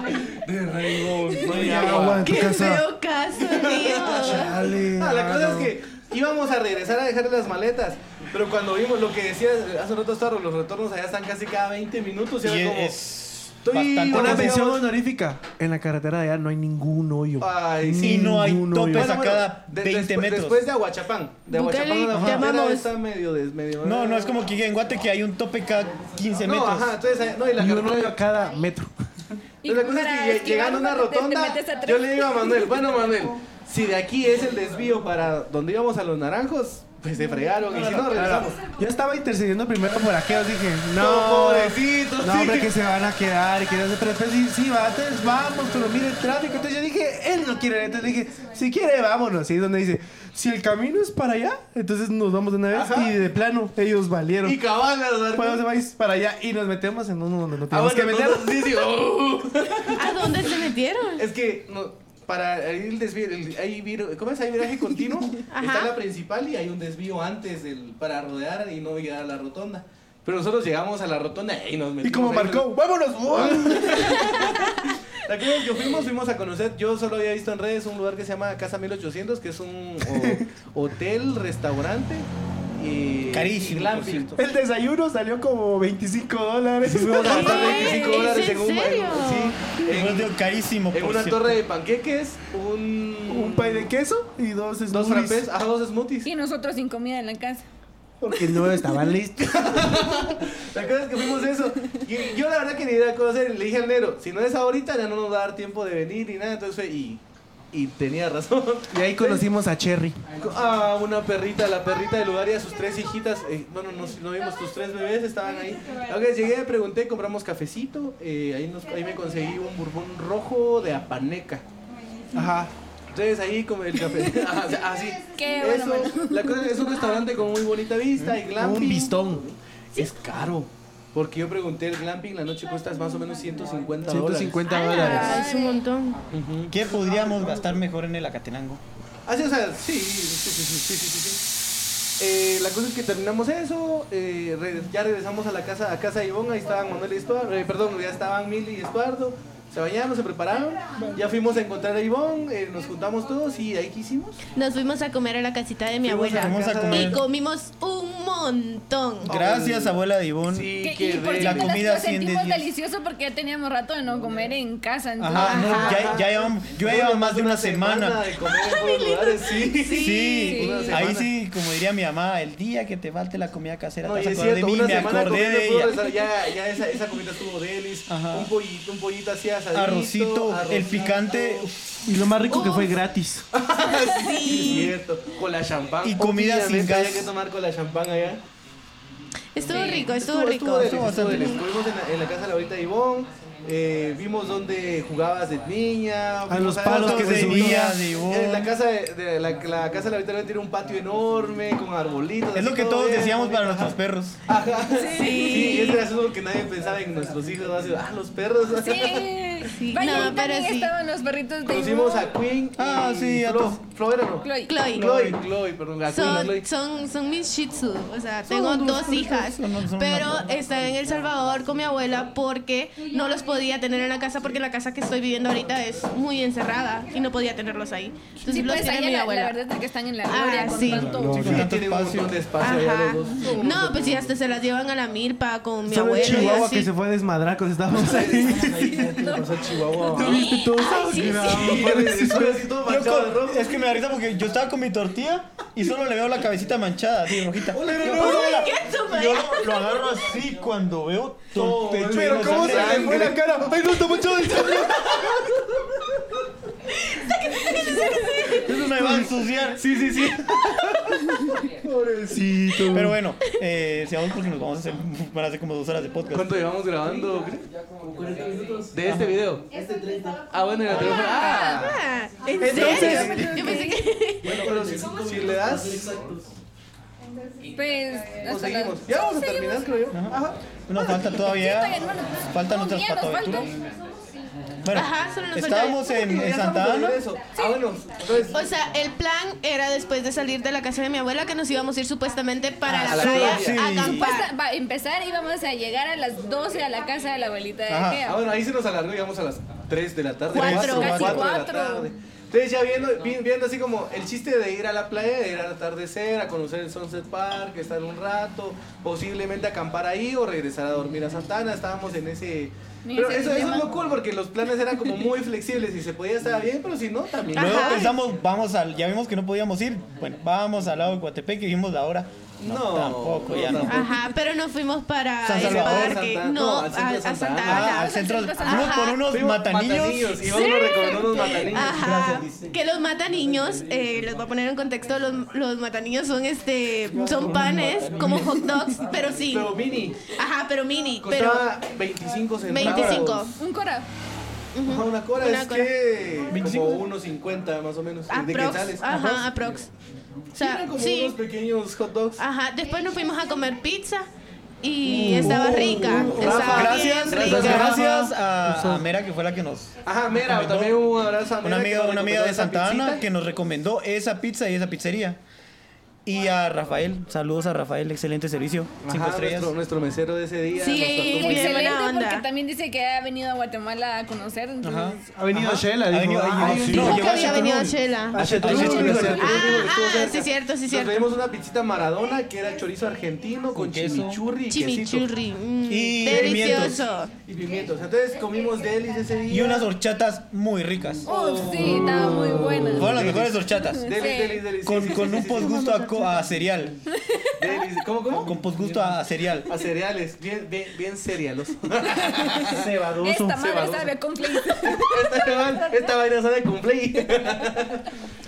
No [LAUGHS] Tenía había agua en tu Qué casa. feo caso, mío. Chale. Ah, la cosa mano. es que íbamos a regresar a dejar las maletas. Pero cuando vimos lo que decías hace rato, Starro, los retornos allá están casi cada 20 minutos. Y Y era como. es Estoy bastante Una Una complicado. mención vez- honorífica. En la carretera de allá no hay ningún hoyo. Ay, Y no hay Ningún hoyo. tope. a cada de- 20 después, metros. Después de Aguachapán. De Aguachapán Bucali, a la te frontera amamos. está medio desmedio. No, no es como que en Guate que hay un tope cada 15 No, metros. ajá, entonces, eh, no, y la Y un hoyo carretera- a cada metro. Y Entonces, la cosa para es que lle- esquivar llegando a una cuando te- te rotonda, metes atrás. yo le digo a Manuel, [LAUGHS] bueno Manuel, si de aquí es el desvío para donde íbamos a los naranjos, pues se fregaron y si no regresamos. Yo estaba intercediendo primero por aquellos, dije, No, no, pobrecitos, no, sí. hombre, que se van a quedar, y que no sé, pero después sí, sí, va, entonces vamos, pero mire el tráfico, entonces yo dije, él no quiere, entonces dije, si quiere, vámonos, y es donde dice, si el camino es para allá, entonces nos vamos de una vez, Ajá. y de plano, ellos valieron, Y cabalas, pues se vais para allá, y nos metemos en uno donde no Ah, tenemos bueno, que meternos. entonces, sí, sí, oh. ¿A dónde se metieron? Es que no, para ir el desvío, el- hay vir- ¿cómo es? Hay viraje continuo, Ajá. está la principal y hay un desvío antes del, para rodear y no llegar a la rotonda. Pero nosotros llegamos a la rotonda y nos metimos. Y como ahí. marcó, vámonos, [LAUGHS] ¡Uy! La cosa es que fuimos, fuimos a conocer, yo solo había visto en redes un lugar que se llama Casa 1800, que es un o- hotel, restaurante y... Carísimo, y glamping. por el desayuno salió como 25 dólares. [LAUGHS] Fuimos a gastar ¿Qué? 25 ¿Es dólares en un- serio? sí, Y bueno, en, digo, carísimo, en por una cierto. torre de panqueques, un... Un pay de queso y dos smoothies. Dos frappés, ah, dos smoothies. Y nosotros sin comida en la casa. Porque no estaban listos. La cosa es que fuimos eso. Y yo la verdad que ni idea de conocer. Le dije al Nero, si no es ahorita ya no nos va a dar tiempo de venir ni nada. Entonces fue y, y tenía razón. [LAUGHS] Y ahí conocimos a Cherry. Ah, una perrita, la perrita del lugar y a sus tres hijitas. eh, bueno, no, no vimos tus tres bebés, estaban ahí. Ok, llegué, pregunté, compramos cafecito. eh, ahí, nos- ahí me conseguí un burbón rojo de Apaneca. Ajá. Entonces ahí como el [LAUGHS] café. Ah, Así. Qué bueno, bueno. La cosa es que es un restaurante con muy bonita vista y glamping. Un bistón. Es caro. Porque yo pregunté el glamping, la noche cuesta más o menos 150 dólares. 150 dólares. Ah, es un montón. Ujú. ¿Qué podríamos gastar mejor en el Acatenango? Ah, sí, o sea, sí, sí, sí, sí, sí, sí, sí, sí. Eh, la cosa es que terminamos eso, eh, re- ya regresamos a la casa, a casa de Ivonne, ahí estaban Manuel y Estuardo, eh, perdón, ya estaban Mili y Estuardo, Se bañaron, se prepararon, ya fuimos a encontrar a Ivonne, eh, nos juntamos todos y de ahí que hicimos. Nos fuimos a comer a la casita de mi Fuimos abuela. la Vamos a casa de- comer. Oh, Y comimos un montón. Gracias, abuela de Ivonne. Oh, Sí, Que- que y por de- la cierto, comida lo 100 de sentimos 10. delicioso porque ya teníamos rato de no comer en casa. Entonces, Ajá, no, ya, ya llevamos, yo ya llevaba Bueno, más de una semana. de comer en puros lugares, sí. Sí, Una semana. ahí sí, como diría mi mamá, el día que te falte la comida casera, No, te y vas a es acordar cierto, de mí, una me semana acordé comiendo de puro ella. desayuno, ya, ya esa, esa comida estuvo delis, Ajá. un pollito, un pollito así asadito, Arrocito, el arrocito. picante Y lo más rico que fue gratis. [LAUGHS] Sí, es cierto, con la champán. Y comida sin Obviamente gas. Había que tomar con la champán allá. Estuvo rico, estuvo, rico. delis, estuvo estuvo bastante delis. Estuvimos en la, en la casa de la ahorita de Ivonne, eh, vimos donde jugabas de niña. A vimos los palos que se subía de Ivonne. Eh, La casa de, de- la, la casa de la ahorita de Ivonne tiene un patio enorme con arbolitos. Es así lo que todo todos bien, decíamos para bonito, nuestros ajá. perros. Ajá. [LAUGHS] Sí. y es gracioso porque nadie pensaba en nuestros hijos. ¿no? Así, ah, los perros. [LAUGHS] Sí, Sí. Vaya, No, ahí pero también sí. estaban los perritos de Conocimos a Queen. y Ah, sí, a Flo, todos. Flo era, ¿no? Chloe. Chloe. Chloe, Chloe, perdón, a Queen, a Chloe. Son, son, son mis shih tzu, o sea, tengo dos hijas, son- son pero una- están en El Salvador con mi abuela porque no los podía tener en la casa porque la casa que estoy viviendo ahorita es muy encerrada y no podía tenerlos ahí. Entonces Sí, los pues tiene allá mi la, la abuela. verdad es que están en la Ah, gloria con sí. tanto- Sí, Tanto tienen un espacio. montón de espacio allá Ajá. los [LAUGHS] dos. No, pues sí, hasta se las llevan a la milpa con mi Solo el abuela. y chihuahua así. que se fue a desmadrar cuando estábamos ahí. [LAUGHS] Chihuahua. [LAUGHS] ¿Lo viste todo? Yo con- es que me da risa porque yo estaba con mi tortilla y solo le veo la cabececita manchada, así rojita. Hola, yo, no, "Hola, no, hola". qué súper. Y yo lo, lo agarro así cuando veo todo el pecho Pero lleno de ¿cómo sangre. se le fue la cara? ¡Ay, no, está mucho de sangre! Eso me va a ensuciar. Sí, sí, sí. Pobrecito. Pero bueno, eh, sigamos porque nos vamos a hacer, van a hacer como dos horas de podcast. ¿Cuánto llevamos grabando? De este video. Ah, bueno, ya tenemos. Ah, Ah, ¿En Entonces- serio? Yo pensé que... bueno, pero si, si le das, Pues, o hasta seguimos. las- Ya vamos a terminar, creo yo. Ajá. Nos falta Sí, todavía. todavía, hermano. Faltan otras Todavía nos patoaventuras. Bueno, Ajá, solo nos falta- estábamos en, Ya en estamos Santa de Ana. regreso. Ah, bueno. Entonces, O sea, el plan era después de salir de la casa de mi abuela que nos íbamos a ir supuestamente para Ah, la, a la playa playa. a Sí. Pues, acampar. va a empezar y vamos a llegar a las 12 a la casa de la abuelita de Ajá. Ah, Gea. bueno, ahí se nos alargó, llegamos a las 3 de la tarde. Cuatro, cuatro, casi cuatro de la cuatro. tarde. Entonces ya viendo, vi- viendo así como el chiste de ir a la playa, de ir al atardecer, a conocer el Sunset Park, estar un rato, posiblemente acampar ahí o regresar a dormir a Santana, estábamos en ese... Mira Pero ese eso, eso dilema. es lo cool porque los planes eran como muy flexibles y se podía estar bien, pero si no, también. Luego Ajá. pensamos, vamos al, ya vimos que no podíamos ir. Bueno, vamos al lado de Coatepec y vimos la hora. No, No, tampoco, ya no, no. tampoco. Ajá, pero nos fuimos para Pues San el Salvador, parque. Santa- no, no, al a, centro de a Santa Santa Ah, Ana. al centro. Ajá. Fuimos por unos Fuimos matanillos. matanillos, Íbamos recomendando unos matanillos. Ajá, que los mataniños, eh, los voy a poner en contexto, los, los mataniños son este, son panes como hot dogs, pero sí, Pero mini, ajá, pero mini, pero costaba 25 centavos. 25. Un cora. Ajá, una cora Una es cora. que 25. como 1.50 más o menos. ¿De qué tal aprox, es? ajá, aprox. O sea, Eran como sí. Ah. unos pequeños hot dogs. Ajá, después nos fuimos a comer pizza y estaba rica. Mm. Oh. Rafa, estaba Gracias, bien gracias, rica. Pues gracias a, a Mera que fue la que nos Ajá, mera, Recomendó. también un abrazo a una Mera, amiga, que una recomendó amiga de esa Santa Ana pizzita. que nos recomendó esa pizza y esa pizzería. Y a Rafael, saludos a Rafael, excelente servicio, cinco Ajá, estrellas. nuestro, nuestro mesero de ese día. Sí, nos trató y muy bien bien. Excelente buena onda. porque también dice que ha venido a Guatemala a conocer. Ajá. Entonces, Ha venido Ajá. Shela, Ha dijo. venido- "Ay, llegó- sí, no, llegó Nunca a había venido a Chetumal. Shela. A Ay, Chetumal. Ay, Ah, sí, Chetumal. sí, estuvo ah, cerca. sí, cierto, sí, Nos cierto. Pedimos una pizzita maradona que era chorizo argentino con, Con queso. chimichurri y quesito. Chimichurri. mm, Y delicioso. Y pimientos. Entonces comimos delis ese día. Y unas horchatas muy ricas. Uf, oh, sí, estaba muy Fueron buena. las mejores horchatas. Delis, Sí. delis, delis. Con, Sí, sí, con sí, un sí, sí. posgusto a, co- a cereal. Delis. ¿Cómo, cómo? Con posgusto a cereal. A cereales. Bien, bien, bien cerealos. [LAUGHS] Cebadoso. Esta madre cebadoso. sabe con flakes. esta, esta vaina sale con play. Pero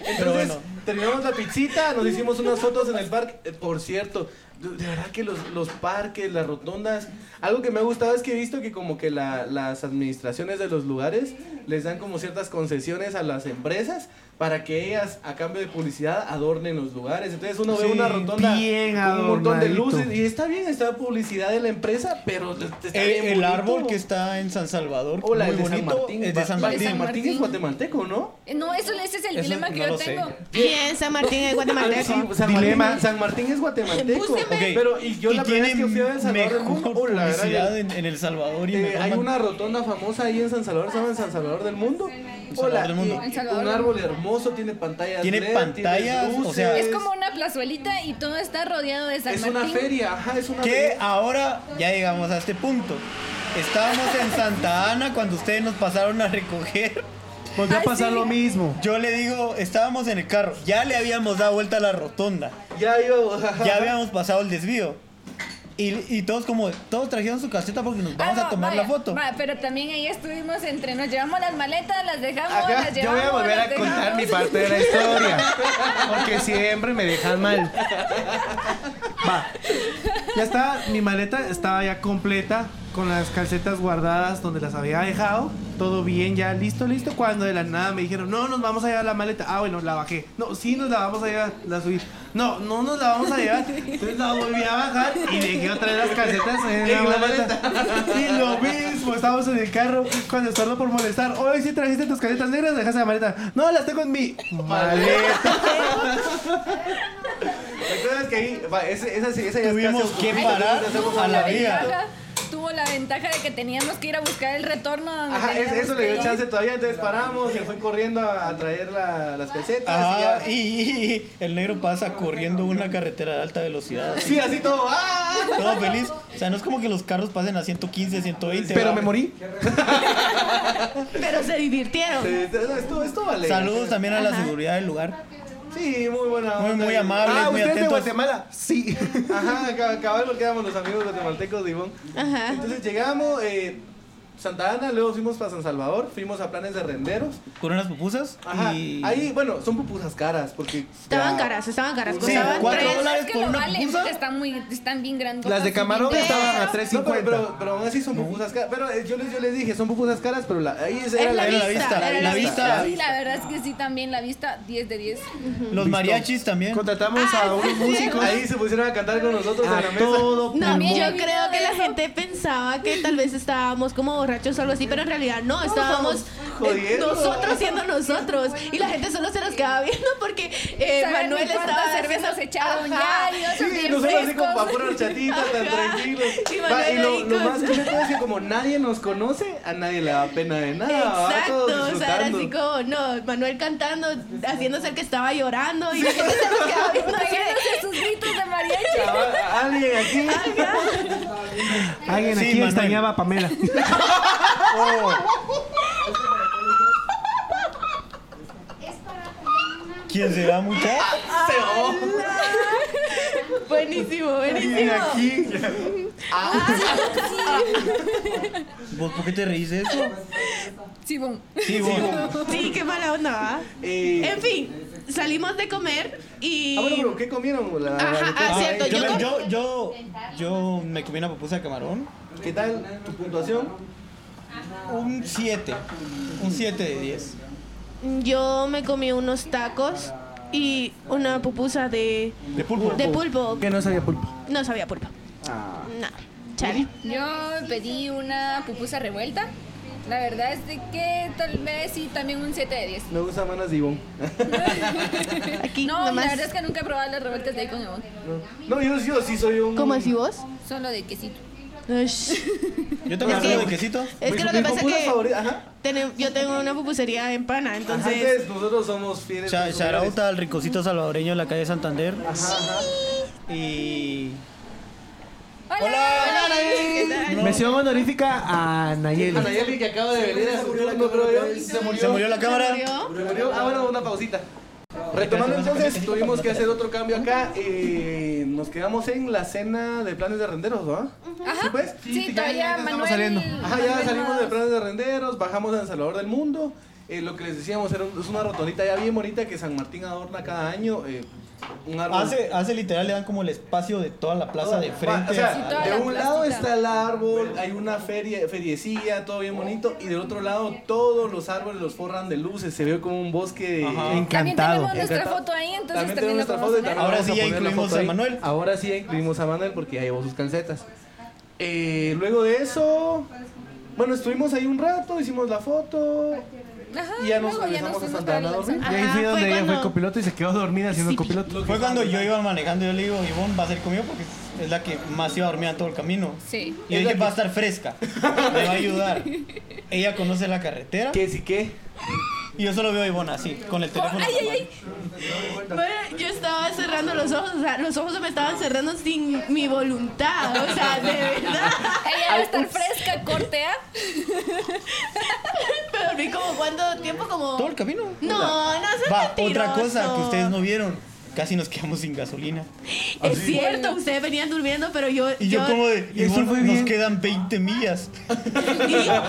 Entonces, bueno. terminamos la pizzita, nos hicimos unas fotos en el parque. Eh, Por cierto, de de verdad que los, los parques, las rotondas, algo que me ha gustado es que he visto que como que la- las administraciones de los lugares les dan como ciertas concesiones a las empresas para que ellas, a cambio de publicidad, adornen los lugares. Entonces uno ve Sí, una rotonda bien con un montón de adornadito. luces y está bien, está publicidad de la empresa, pero está El, bien el bonito. árbol que está en San Salvador, Hola, muy el de San bonito, Martín. es de San Va- Martín. San Martín es guatemalteco, ¿no? [LAUGHS] No, eso, ese es el Eso dilema que no yo lo sé. tengo. Y en San Martín de Ah, sí, Guatemalteco. San Martín, Dilema. San Martín es guatemalteco. Búsqueme Ok, Pero, y yo la primera vez que tienen fui a El Salvador, mejor oh, la gran- publicidad en, en El Salvador y Eh, mejor hay man- una rotonda famosa ahí en San Salvador, se llama en San Salvador del Mundo. Salvador Hola, del Mundo. y- El Salvador un del árbol hermoso, tiene pantallas. Tiene LED, pantallas, luces. o sea- Es como una plazuelita y todo está rodeado de San es Martín. una feria, ajá, es una Que feria. ahora ya llegamos a este punto. Estábamos en Santa Ana cuando ustedes nos pasaron a recoger. Volvió a Ay, pasar sí. lo mismo. Yo le digo, estábamos en el carro, ya le habíamos dado vuelta a la rotonda, Ya iba. ya habíamos pasado el desvío. Y, y todos como, todos trajeron su caseta porque nos vamos Ah, a no, tomar la vaya, foto. vaya, pero también ahí estuvimos entre nos llevamos las maletas, las dejamos, Acá, las yo voy llevamos. a volver las a contar dejamos. mi parte [LAUGHS] de la historia. Porque siempre me dejan mal. Va. Ya estaba, mi maleta estaba ya completa, con las calcetas guardadas donde las había dejado. Todo bien, ya listo, listo. Cuando de la nada me dijeron, no, nos vamos a llevar la maleta. Ah, bueno, la bajé. No, sí, nos la vamos a llevar, la subí. No, no nos la vamos a llevar. Entonces la volví a bajar y dejé otra vez las calcetas en la maleta. Y lo mismo, estábamos en el carro cuando estorno por molestar. Hoy sí trajiste tus calcetas negras, dejaste la maleta. No, las tengo en mi [LAUGHS] maleta. ¿Recuerdas que ahí? va, ese- esa, esa, esa ya es Tuvimos casi que oscurita, parar entonces hacemos a la vía. ventaja- Tuvo la ventaja de que teníamos que ir a buscar el retorno. donde Ajá, es- teníamos eso que le dio ir. chance todavía, entonces paramos y fue corriendo a, a traer la- las calcetas. Ajá, y Ah, y, y- y el negro pasa corriendo una carretera de alta velocidad, ya- así, Sí, así todo. ¡ah! todo feliz. O sea, no es como que los carros pasen a 115, 120. Pero ¿va? me morí. Pero se divirtieron. Sí, Esto, esto vale. Saludos también a la seguridad del lugar. Sí, muy buena. Muy, onda. muy amables, Ah, ¿usted muy es de atentos. Guatemala? [LAUGHS] Sí. Ajá, ca- cabal porque éramos los amigos guatemaltecos de Ivonne. Ajá. Entonces llegamos, eh, Santa Ana, luego fuimos para San Salvador, fuimos a planes de renderos. Con unas pupusas Ajá. y... Ahí, bueno, son pupusas caras porque. ya- Estaban caras, estaban caras. Sí, Costaban cuatro Pero tres. es dólares que por lo una valen, pupusa? Están, muy, están bien grandes. Las de camarón estaban a No, pero, 3.50. pero, pero aún así son pupusas caras. Pero eh, yo les, yo les dije, son pupusas caras, pero la, ahí es- era Es la, la Era la vista, vista, era la la vista. Sí, la verdad es que sí, también la vista 10 de 10. Los mariachis también. Contratamos a unos músicos Ahí se pusieron a cantar con nosotros en la a mesa. todo No, También yo yo vi creo video que de la eso. gente pensaba que tal vez estábamos como borrachos o algo así, pero en realidad no, estábamos eh, jodiendo. nosotros siendo nosotros. Y la gente solo se nos quedaba viendo porque eh, Saber Manuel ni cuántas estaba cervezas haciendo se echaron Ajá. ya y otros Sí, bien nosotros así con frescos. vapor [LAUGHS] horchatita, tan Ajá. tranquilos. Y Va, Manuel y lo, ahí lo con- más curioso es que como nadie nos conoce, a nadie le da pena de nada. va, Exacto, todos o sea, era Ah, disfrutando. así como, no, Manuel cantando, haciéndose el que estaba llorando y la gente se nos quedaba [LAUGHS] viendo así de- Pegándose sus gritos de mariachi. Chaval, Ah, Alguien aquí. Alguien Sí, aquí Manuel. extrañaba a Pamela. ¿Quién será, muchacho? Buenísimo, Alguien buenísimo. aquí. Ah, Ah, ¿Vos por qué te reís de eso? Sí, boom. Sí, vos. Sí, qué mala onda, ¿va? Eh, En fin, salimos de comer y... Ah, bueno, pero ¿qué comieron? La- Ajá, la- ah, cierto, yo yo, com- yo, yo, yo me comí una pupusa de camarón. ¿Qué tal tu puntuación? Un 7. Un 7 de 10. Yo me comí unos tacos y una pupusa de, De pulpo. de pulpo. [LAUGHS] Que no sabía pulpo. No sabía pulpo. Ah. No, chale. Yo pedí una pupusa revuelta. La verdad es de que tal vez sí, también un 7 de 10. Me gusta Manas de Ivonne. Ah, Aquí [LAUGHS] No, la nomás. verdad es que nunca he probado las revueltas de ahí con Ivonne. No, yo, yo sí soy un. ¿Cómo así vos? Solo de quesito. Ush. Yo también Es que- tengo de quesito. [LAUGHS] Es que Mi- lo que mi pasa es comida que favorita- Ajá. tenem- yo tengo una pupusería en pana, Ajá, entonces... [LAUGHS] Entonces, nosotros somos fieles. Cha- consumidores. Charauta al rinconcito salvadoreño de la calle Santander. Ajá, ajá. Y. ¡Hola! ¿Qué tal? Mención honorífica a Nayeli. Ana Yeli, que acaba de venir a su turno, creo yo. Se murió. Se murió la cámara. ¿Murió? Se murió. Ah, bueno, una pausita. Retomando entonces, tuvimos que hacer otro cambio acá. eh, nos quedamos en la cena de planes de renderos, ¿no? Ajá. pues, Sí, sí, ya- ya todavía estamos Manuel. saliendo. Ajá, ya Manuel salimos nos- de planes de renderos, bajamos a San Salvador del Mundo. eh, lo que les decíamos era un- es una rotonita ya bien bonita que San Martín adorna cada año. eh, un árbol. Hace, hace literal, le dan como el espacio de toda la plaza de Va, frente. O a- sea, toda de la un lado plástica. está el árbol, hay una feria, feriecilla, todo bien bonito, y del otro lado todos los árboles los forran de luces, se ve como un bosque de- Ajá. También Encantado. tenemos nuestra Encantado. foto ahí, entonces También también, tenemos nuestra la podemos foto y poner. también Ahora vamos sí a ya poner la incluimos foto a ahí. Manuel. Ahora sí ya incluimos a Manuel porque ya llevó sus calcetas. Eh, luego de eso, bueno, estuvimos ahí un rato, hicimos la foto, Ajá, Y ya nos luego regresamos a fuimos Santa para Ana a dormir. Santa Y ahí Ajá, fue fue donde ella fue cuando- copiloto y se quedó dormida siendo Sí. copiloto. Fue cuando yo iba manejando, yo le digo, Ivonne va a ser conmigo porque es la que más iba a dormir en todo el camino. Sí. Y yo dije, va a estar fresca, me va a ayudar. Ella conoce la carretera ¿Qué sí qué? y yo solo veo a Ivonne así, con el teléfono. Ay, ay, ay. Bueno, yo estaba cerrando los ojos, o sea, los ojos se me estaban cerrando sin mi voluntad, o sea, de verdad. Ella va a estar fresca, [LAUGHS] cortea. Me dormí como cuánto tiempo, como... Todo el camino. No, no, eso Va, es otra cosa que ustedes no vieron. vieron. Casi nos quedamos sin gasolina. Es cierto, ustedes venían durmiendo, pero yo... Y yo, como de, y eso Ivonne, fue nos bien. quedan 20 millas y yo,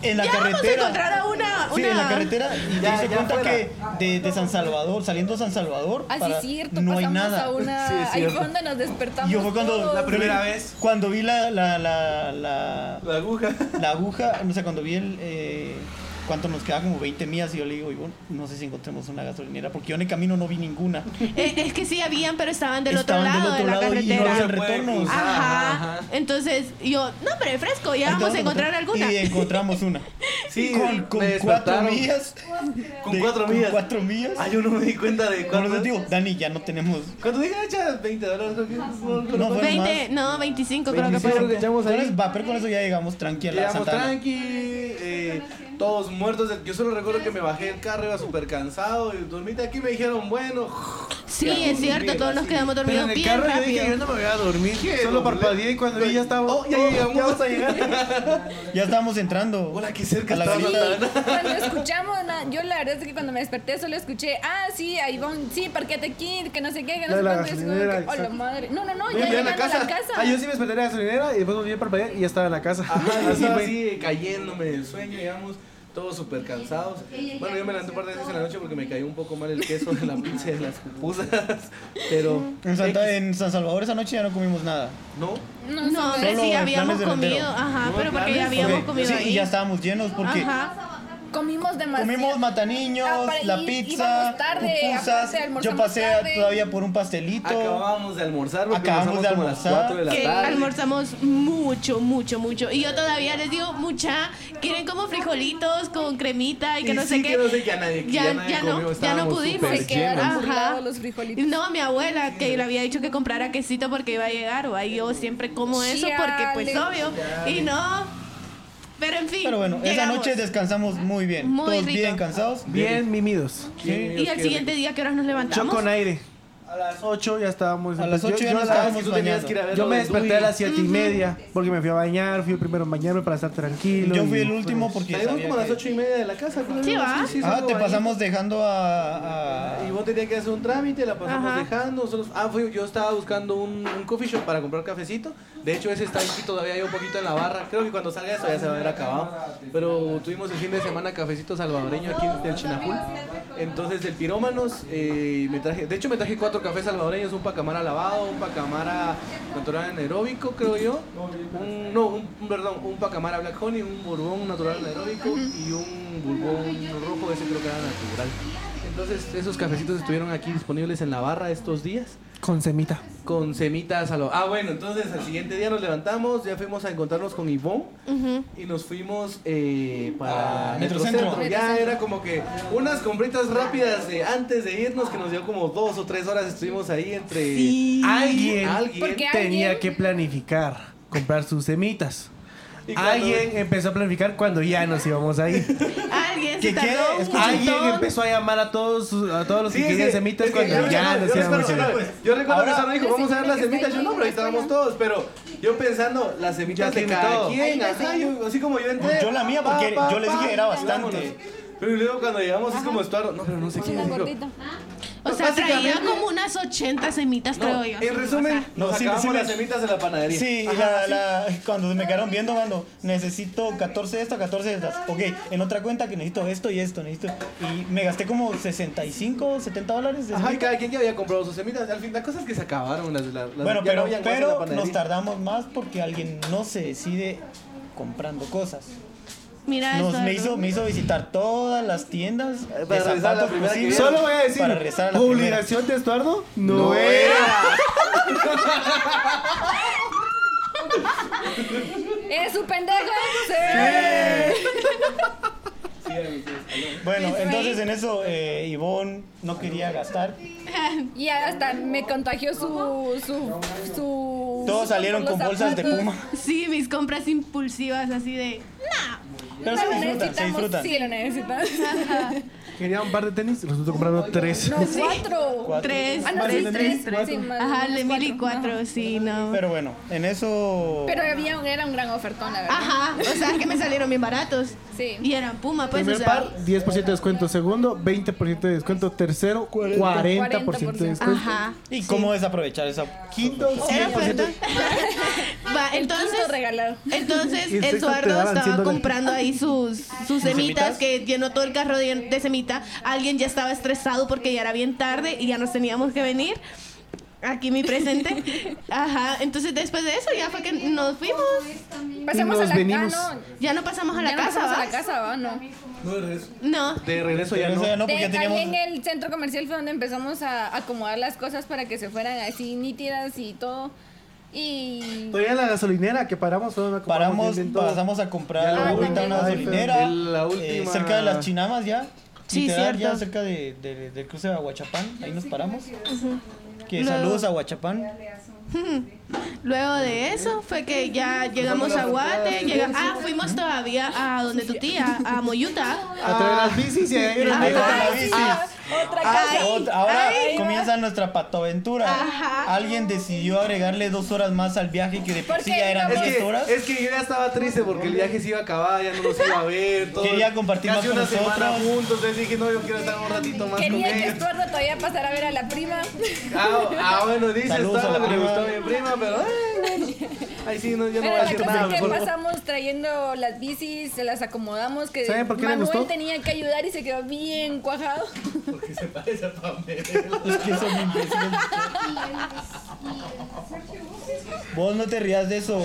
en la ya vamos a carretera. encontrar a una... Sí, una... en la carretera Ya, y te hice ya cuenta fuera. que de, de San Salvador, saliendo de San Salvador, Así para- es Ah, cierto, no hay pasamos nada. a Sí, es una. Ahí cierto. fue donde nos despertamos. Y yo fue cuando todos. La primera vez. Cuando vi la la, la, la, La aguja. la aguja, no sé, cuando vi el eh, cuánto nos quedaba como 20 millas y yo le digo, Ivonne, no sé si encontremos una gasolinera porque yo en el camino no vi ninguna. Eh, es que sí habían, pero estaban del Estaban otro del lado otro de la lado y no carretera. había se puede retornos. cruzar. Ajá. Ajá. Entonces yo, no, hombre, fresco, ya vamos a Entonces, encontrar alguna. Y eh, encontramos una. Sí, con con me cuatro despertaron. millas. Con de- cuatro millas. Con cuatro millas. Ah, yo no me di cuenta de Con cuánto. los digo, Dani, ya no tenemos. ¿Cuánto dije? Echas 20 dólares. creo que- No, fue 20, no, 25 creo que 25 fueron. que echamos ahí. Entonces, va, pero con eso ya llegamos tranquila. Llegamos tranqui, eh, todos muertos. Yo solo recuerdo que me bajé del carro, iba súper cansado. Y dormiste aquí me dijeron, bueno. Sí, Ya, es cierto, bien, todos nos así. quedamos Pero dormidos en el bien carro yo dije, yo rápido. no me voy a dormir. ¿Qué? Solo parpadeé y cuando vi ya estaba. Oh, ya llegamos. vamos a [LAUGHS] llegar. Ya estábamos entrando. Hola, qué cerca A la estaba avenida. Santa Ana. Cuando escuchamos, na- yo la verdad es que cuando me desperté solo escuché, ah, sí, ahí va un- sí, parqueate aquí, que no sé qué, que La no sé de la cuánto. Y es como gasolinera, que, oh, la exacto. madre. No, no, no, Voy a ya llegar llegando a la casa. Ah, yo sí me desperté en la gasolinera y después volví a parpadear y ya estaba en la casa. [LAUGHS] Ajá, así estaba fue. así eh, cayéndome del sueño, digamos, todos súper cansados. Bueno, yo me levanté un par de veces en la noche porque me cayó un poco mal el queso [LAUGHS] de la pizza y de las pupusas. Pero. En, Santa- eh. X, en San Salvador esa noche ya no comimos nada. No, No, No, no, hombre, Solo sí, planes habíamos de comido, vendero. ajá, No, pero porque ya planes, habíamos Ok, comido sí, ahí. y ya estábamos llenos porque Ajá. comimos demasiado. comimos mataniños, Ah, para- la y- pizza, íbamos tarde, pupusas. aparte almorzamos Yo pasé a- tarde. todavía por un pastelito. acabábamos de almorzar porque Acabamos almorzamos de como a las almorzar. 4 de la Que tarde. almorzamos mucho, mucho, mucho. Y yo todavía les digo, mucha, quieren como frijolitos con cremita y que Y no sí sé qué. que no sé qué, a nadie- que ya, ya nadie ya no, comió, ya no estábamos pudimos. súper Se quedaron Ajá. burlados los frijolitos. No, mi abuela, que le había dicho que comprara quesito porque iba a llegar, o ahí yo siempre como eso porque pues Chale. obvio. Y no. Pero en fin. Pero bueno, esa llegamos. noche descansamos muy bien. Muy Todos rico. bien cansados. Bien mimidos. Sí, Y Dios, al qué siguiente día, ¿qué horas nos Yo levantamos? con aire. A las 8 ya estábamos. A las Yo- ocho yo ya la- nos Ah, es estábamos que tú tenías bañando. que ir a ver Yo lo me de desperté Dewey. a las 7 y media porque me fui a bañar, fui primero a bañarme para estar tranquilo. Yo y- fui el último porque pues. Salimos sabía como a las que- ocho y media de la casa. creo. Sí, va. Ah, salgo te ahí. pasamos dejando a, a- Y vos tenías que hacer un trámite, la pasamos Ajá. dejando. nosotros- ah, fui- yo estaba buscando un, un coffee shop para comprar cafecito. De hecho, ese está aquí todavía hay un poquito en la barra. Creo que cuando salga eso ya se va a haber acabado. Pero tuvimos el fin de semana cafecito salvadoreño aquí en el Chinapul. Entonces, el pirómanos, eh, me traje, de hecho, me traje cuatro cafés salvadoreños: un pacamara lavado, un pacamara natural anaeróbico, creo yo. Un, no, un, un- perdón, un pacamara black honey, un bourbon natural anaeróbico y un bourbon rojo, ese creo que era natural. Entonces, esos cafecitos estuvieron aquí disponibles en la barra estos días Con semita. con semitas a lo... Ah, bueno, entonces al siguiente día nos levantamos, ya fuimos a encontrarnos con Ivonne y nos fuimos eh, para Ah, Metrocentro. Metrocentro. Ya era como que unas compritas rápidas de antes de irnos que nos dio como dos o tres horas estuvimos ahí entre... Alguien, Alguien Porque tenía alguien- que planificar comprar sus semitas. Y cuando- Alguien empezó a planificar cuando ya nos íbamos a ir. Alguien se ¿Qué, qué? tardó un Escucha, Alguien montón. empezó a llamar a todos, sus- a todos los Sí, que sí, querían es semitas que cuando yo ya recuerdo- nos yo íbamos recuerdo- a ir. Yo recuerdo que Ahora- Sara dijo, vamos a ver las Pero sí, semitas. Yo no, pero ahí estábamos todos. Pero yo pensando, las semitas Ya de tiene cada todo. quien. Ajá, yo- así como yo entré. Yo la mía, pa, porque pa, yo les pa, dije era y bastante. vámonos. Pero luego cuando llegamos es como estuardo. No, pero no sé qué. Una digo. gordita. O sea, Básicamente- traía como unas 80 semitas, No, creo yo. en resumen, No, nos sí, acabamos sí me- las semitas de la panadería. Sí, y Ajá, la, sí. la- cuando me quedaron viendo, cuando necesito 14 de estas, 14 de estas. Ok, en otra cuenta que necesito esto y esto, necesito. Y me gasté como 65, 70 dólares. de Ajá, y semita. cada quien ya había comprado sus semitas. Al fin, la cosa es que se acabaron las de la. las- bueno, ya no pero, habían guas en la pero panadería. nos tardamos más porque alguien no se decide comprando cosas. Mira Nos, esto, me, ¿no? hizo, me hizo visitar todas las tiendas Eh, de para regresar a la zapatos primera que posibles vieron. Solo voy a decir, para regresar a la primera. obligación de Estuardo no, era. ¡Es un pendejo! ¡Sí! Sí, era mi- [LAUGHS] Bueno, Mis entonces rey. en eso eh, Ivonne no quería gastar. Y hasta me contagió su. su, su Todos salieron los con bolsas de zapatos. puma. Sí, mis compras impulsivas así de... Pero se Lo disfrutan, se necesitamos, disfrutan. Sí, lo necesitamos. [LAUGHS] Quería un par de tenis, resultó comprando tres. No, cuatro. Cuatro. Tres, Ah, no, Más sí, de tres, tres. tres, tres, cuatro. sí, más Ajá, unos de mil y cuatro, cuatro, sí, no. Pero bueno, en eso. Pero había un, era un gran ofertón, la verdad. Ajá, o sea, que me salieron bien baratos. Sí. Y eran Puma, pues, o Primer sea, par, 10% de descuento. Segundo, 20% de descuento. Tercero, 40% de descuento. Ajá. ¿Y cómo desaprovechar esa? Quinto, Era 100%. oferta. Va, [LAUGHS] El quinto entonces, regalado. entonces Y el sexto te Eduardo daban cien estaba dólares. comprando ahí sus, sus semitas, semitas? que llenó todo el carro de, de semita. Alguien ya estaba estresado porque ya era bien tarde y ya nos teníamos que venir. Aquí mi [LAUGHS] presente. Ajá, entonces después de eso ya fue que nos fuimos. Pasamos nos a la venimos. Ah, no, Ya no pasamos a ya la no casa, pasamos a la ¿va? casa, ¿va? No. No. De regreso ya Eso no. ya no, porque De- ya teníamos. Ahí en el centro comercial fue donde empezamos a acomodar las cosas para que se fueran así nítidas y todo. Y Todavía en la gasolinera que paramos, fue donde compramos Paramos, bien, bien todo. pasamos a comprar Ya Ah, la ahorita última. una Ay, pero- gasolinera. de la eh, última. cerca de las chinamas ya. Sí, literal, cierto. ya cerca de, de- del cruce de Aguachapán. Ahí nos paramos. Que Luego- saludos a Aguachapán. Luego de eso fue que ya llegamos a Guate, llega- ah, fuimos todavía a donde tu tía, a Moyuta. A traer las bicis y ahí era Ah, Ahí está una- la bici. otra Ah, casa. ot- ahora ay. comienza nuestra patoaventura. Ajá. Alguien decidió agregarle dos horas más al viaje que de por sí Porque ya eran Es íbamos- diez horas. que, es que yo ya estaba triste porque el viaje se iba a acabar, ya no nos iba a ver. Todo, Quería compartir casi más con una semana nosotros. juntos. Entonces dije, no, yo quiero estar un ratito más Quería con que ellos. Estuardo todavía pasara a ver a la prima. Ah, ah, bueno, dice Saludos a Estuardo la que le prima. gustó a mi prima, pero. eh, bueno. Ahí sí, no, yo no Pero voy a la decir cosa nada. es que mejor. pasamos trayendo las bicis, se las acomodamos, que ¿Saben por qué le Manuel gustó? tenía que ayudar y se quedó bien cuajado. Porque se parece a Pamela. Es que son imbéciles. Vos no te rías de eso.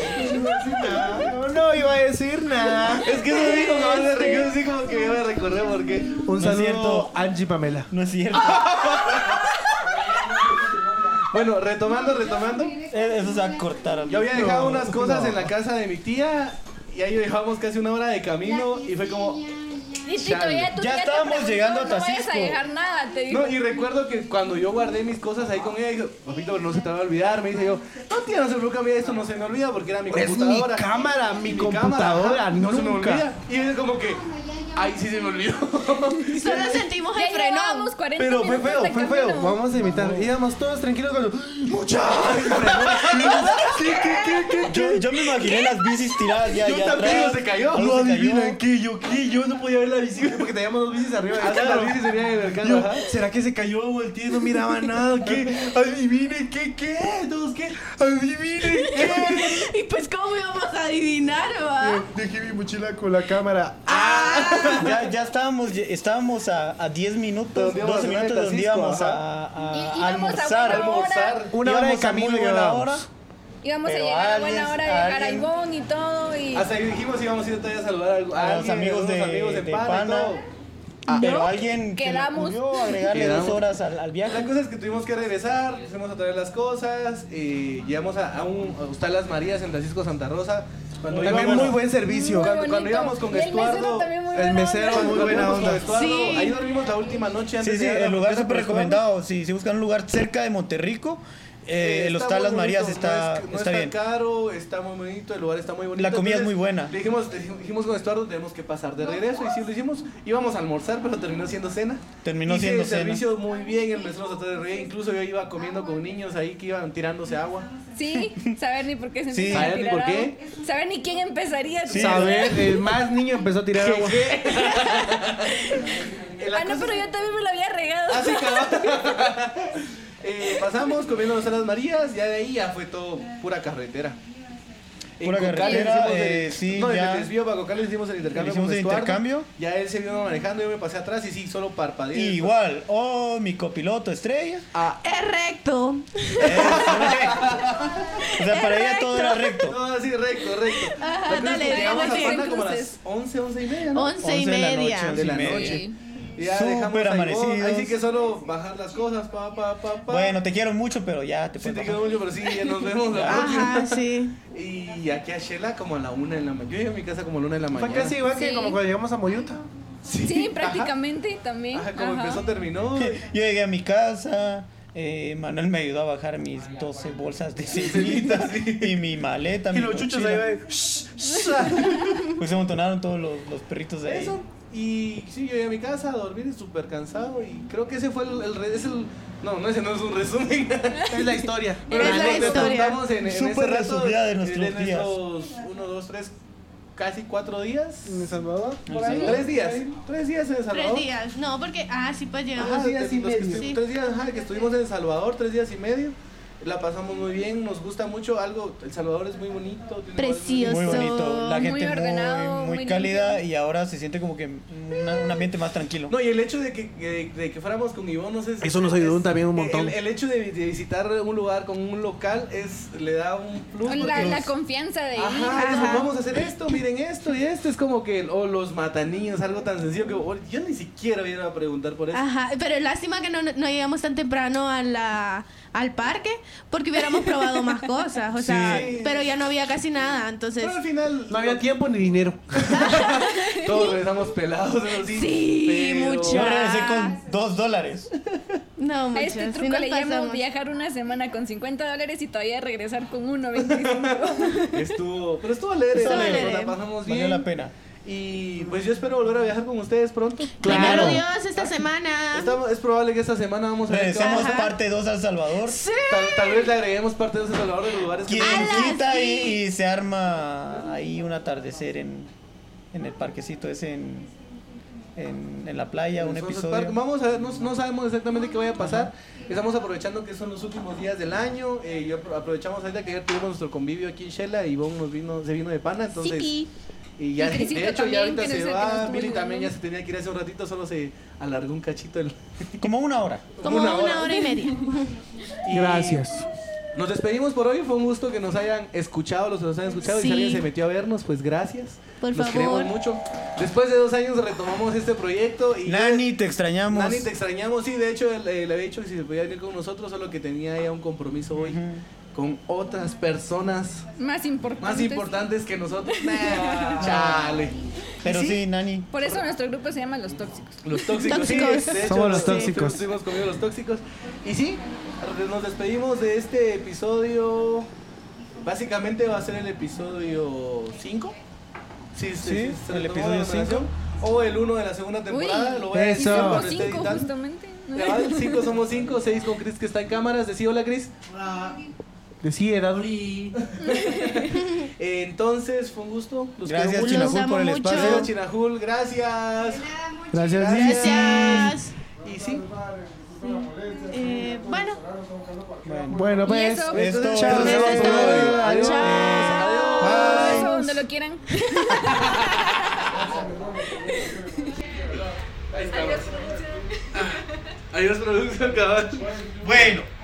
No, no iba a decir nada. Es que eso dijo, no se rió, así como que yo me recordé porque. Un es saludo cierto. Angie Pamela. No es cierto. Ah. Bueno, retomando, retomando. Eh, Eso se va a cortar. amigo. Yo había dejado unas cosas no. en la casa de mi tía y ahí llevamos casi una hora de camino y fue como... Y si Chale. todavía tú Ya te estábamos preguntó, llegando a No vayas a Tacisco". dejar nada, te digo. No, y recuerdo que cuando yo guardé mis cosas ahí con ella, dijo, papito, pero no se te va a olvidar, me dice yo, no tía, no se preocupe, esto no se me olvida porque era mi Es mi computadora. cámara, mi cámara, computadora, ajá, no se me nunca. olvida. Y yo como que, ay, sí se me olvidó. Solo sentimos Ya el frenón. llevábamos 40 Pero fue minutos feo, de fue feo. camino. Vamos a imitar. Íbamos todos tranquilos con [LAUGHS] Sí, ¿qué, qué, qué? Yo, yo me imaginé las bicis tiradas ya. Yo ya también, atrás. se cayó. Algo se cayó. que yo, que yo no podía ver la bici porque teníamos dos bicis arriba. Hasta la bici se veía en el mercado, Ah, Yo, ajá. ¿Será que se cayó? Volteé, no miraba nada. ¿Qué? Adivine, ¿qué? ¿Qué? ¿Todos qué? Adivine, [LAUGHS] ¿qué? Y pues, ¿cómo íbamos a adivinar, va? Dejé mi mochila con la cámara. Ah, Ya, ya estábamos, ya estábamos a, a 10 minutos, Donde íbamos 12 a comer minutos donde tacisco, íbamos ajá. a, a- Y- íbamos a a almorzar. buena hora. almorzar. Una hora de Íbamos a muy camino buena llevábamos. hora. Íbamos a Pero llegar a buena alguien- hora de dejar a alguien- Ivonne y todo. Y Hasta ahí dijimos íbamos a ir todavía a saludar a, algu- a A los alguien, amigos a Ah, unos de- amigos de, de pana y pana. todo. Pero alguien que le Ah, Quedamos. ocurrió agregarle Quedamos. dos horas al, al La viaje. cosa es que tuvimos que regresar, fuimos a traer las cosas, eh, llegamos a, a un a Hostal Las Marías en Francisco Santa Rosa. Cuando También íbamos- muy buen servicio. cuando- bonito. cuando íbamos con Y el mesero Estuardo, también muy el buena mesero onda. muy buena Cuando onda. fuimos con Estuardo, Sí. Ahí dormimos la última noche antes Sí, sí, de llegar a el la lugar fiesta súper por Estuardo. recomendado. Si, si buscan un lugar cerca de Monterrico, eh, Eh, el está Hostal muy Las Marías bonito, está, no es- no está bien. caro, está muy bonito, el lugar está muy bonito. La comida es muy buena. le dijimos, le dijimos con Estuardo, tenemos que pasar de regreso. Y sí lo hicimos, íbamos a almorzar, pero terminó siendo cena. Terminó Hice siendo el cena. servicio muy bien, el mesero nos trató de re bien, Incluso yo iba comiendo con niños ahí que iban tirándose agua. Sí, saber ni por qué se Sí. empiezan a Saber ni tirar por agua. qué. Saber ni quién empezaría. Sí. Saber, el más niño empezó a tirar agua. [LAUGHS] La Ah, no, cosa- Ah, pero yo también me lo había regado. Así cabal. [LAUGHS] Eh, pasamos comiéndonos a las Marías, ya de ahí ya fue todo pura carretera. En Pura Cocales carretera, hicimos el- eh, sí, no, en ya. el desvío para Cocales hicimos el intercambio. Hicimos con el Estuardo. intercambio. Ya él se vino manejando, yo me pasé atrás y sí, solo parpadeé. Y igual, oh, mi copiloto estrella. Ah, Es recto. O sea, para ella todo era recto. no, sí, recto, recto. [LAUGHS] La cosa Ajá, es que Ah, dale, llegamos dale, a Panda como a las cruces. 11, 11 y media, ¿no? Once y Once de la media. noche, de la once y media. noche. Y Ya Súper dejamos a Ivonne, amanecidos. Ahí sí que solo bajar las cosas, pa, pa, pa, pa. Bueno, te quiero mucho, pero ya te Sí, puedo te quedo mucho, pero sí, ya nos vemos la próxima. Ajá, sí. Y aquí a Shela como a la una de la mañana. Yo llegué a mi casa como a la una de la Fue mañana. casi igual que Sí. como cuando llegamos a Moyuta. Sí, prácticamente también. Ajá, como ajá. empezó, [LAUGHS] terminó. Yo llegué a mi casa, eh, Manuel me ayudó a bajar mis 12 bolsas de semillitas y mi maleta. Y mi los chuchos ahí mochila. van. Pues se amontonaron todos los, los perritos de ahí. Eso. Y sí, yo llegué a mi casa a dormir súper cansado. Y creo que ese fue el, el re- es el- No, no, ese no es un resumen. es la [LAUGHS] historia. Pero Lo es la que te historia. contamos en, en ese Súper rato, resumida de nuestros días. nuestros uno, dos, tres, casi cuatro días. ¿En El Salvador? El Por ahí, Salvador. tres días. Tres días en El Salvador. Tres días. No, porque. Ah, sí, pues llegamos. Ajá, días y los que medio. estu- Tres días ajá, que estuvimos en El Salvador, tres días y medio. La pasamos muy bien, nos gusta mucho algo. El Salvador es muy bonito. tiene lugares muy Precioso. Muy bonito, la Muy gente muy, ordenado, muy muy cálida limpio. y ahora se siente como que una- un ambiente más tranquilo. No, y el hecho de que, de, de que fuéramos con Ivonne, no sé si- Eso nos ayudó es- también un montón. El, el hecho de, de visitar un lugar con un local es le da un plus. La, porque la los- confianza de Ajá, ir. es como, vamos a hacer esto, miren esto y esto. Es como que, o los mataninos, algo tan sencillo que o- yo ni siquiera voy a ir a preguntar por eso. Ajá, pero lástima que no, no llegamos tan temprano a la, al parque porque hubiéramos probado más cosas, o sea, Sí. pero ya no había casi nada, entonces... Pero al final, No había tiempo ni dinero. todos regresamos pelados. eso sí, Sí, mucho. Yo regresé con dos dólares. No, A muchas, este sí truco nos le llamo pasamos. viajar una semana con 50 dólares y todavía regresar con uno 25. Estuvo, pero estuvo alegre, Estuvo nos alegre. la pasamos bien. Valió la pena. Y pues yo espero volver a viajar con ustedes pronto. Primero Claro. Dios, esta semana. Estamos- es probable que esta semana vamos a ver qué Regresamos vamos a- parte 2 al Salvador. Tal, tal vez le agreguemos parte de ese Salvador de los lugares que Quien ¡Hala, quita y, sí! y se arma ahí un atardecer en, en el parquecito ese en, en, en la playa, un Nos vamos a episodio. estar- Vamos a ver, no, no sabemos exactamente qué vaya a pasar. Estamos aprovechando que son los últimos días del año. Eh, yo apro- aprovechamos ahorita que ayer tuvimos nuestro convivio aquí en Shela y Ivonne nos vino, se vino de pana, entonces. Sipi. Y ya, [LAUGHS] Y de Crisito hecho, ya también, ahorita que se no sé, que no va. estuvo Mili también ya ayudando. se tenía que ir hace un ratito, solo se alargó un cachito. El... Como una hora. Como una hora. y media. Y- Gracias. Nos despedimos por hoy, fue un gusto que nos hayan escuchado, los que nos hayan escuchado, y Sí. si alguien se metió a vernos, pues gracias. Por nos favor. queremos mucho. Después de dos años retomamos este proyecto y Nani, te extrañamos. Nani, te extrañamos, sí, de hecho eh, le, le había dicho que si se podía venir con nosotros, solo que tenía ya un compromiso hoy con otras personas Más importante. más importantes que [LAUGHS] nosotros. Nah, chale. Pero Y sí, Nani. Por eso nuestro grupo se llama Los Tóxicos. Los tóxicos, Tóxicos. sí. de hecho, Somos los sí, tóxicos. Estuvimos conmigo los tóxicos. Y sí, nos despedimos de este episodio. Básicamente va a ser el episodio 5. Sí, sí, Sí, se el retomó episodio la relación. O el 1 de la segunda temporada. lo voy a Eso. decir cuando Somos esté cinco editando. justamente. ¿no? Ya van cinco, somos 5, 6 con Chris que está en cámaras. Decí hola, Chris. Decía, dado. Eh, entonces, fue un gusto. Los quiero Gracias, mucho. Los Chinajul, amo por el mucho. espacio. Gracias, Chinajul. Gracias. Gracias, Gis. Gracias. Y sí. Eh, bueno, Bueno, Bueno, Y pues. eso, esto Chao. es Chao. todo por hoy. Adiós. Chao. Adiós. Eso, donde lo quieran. Ahí estamos. Adiós, producción, caballo. Bueno.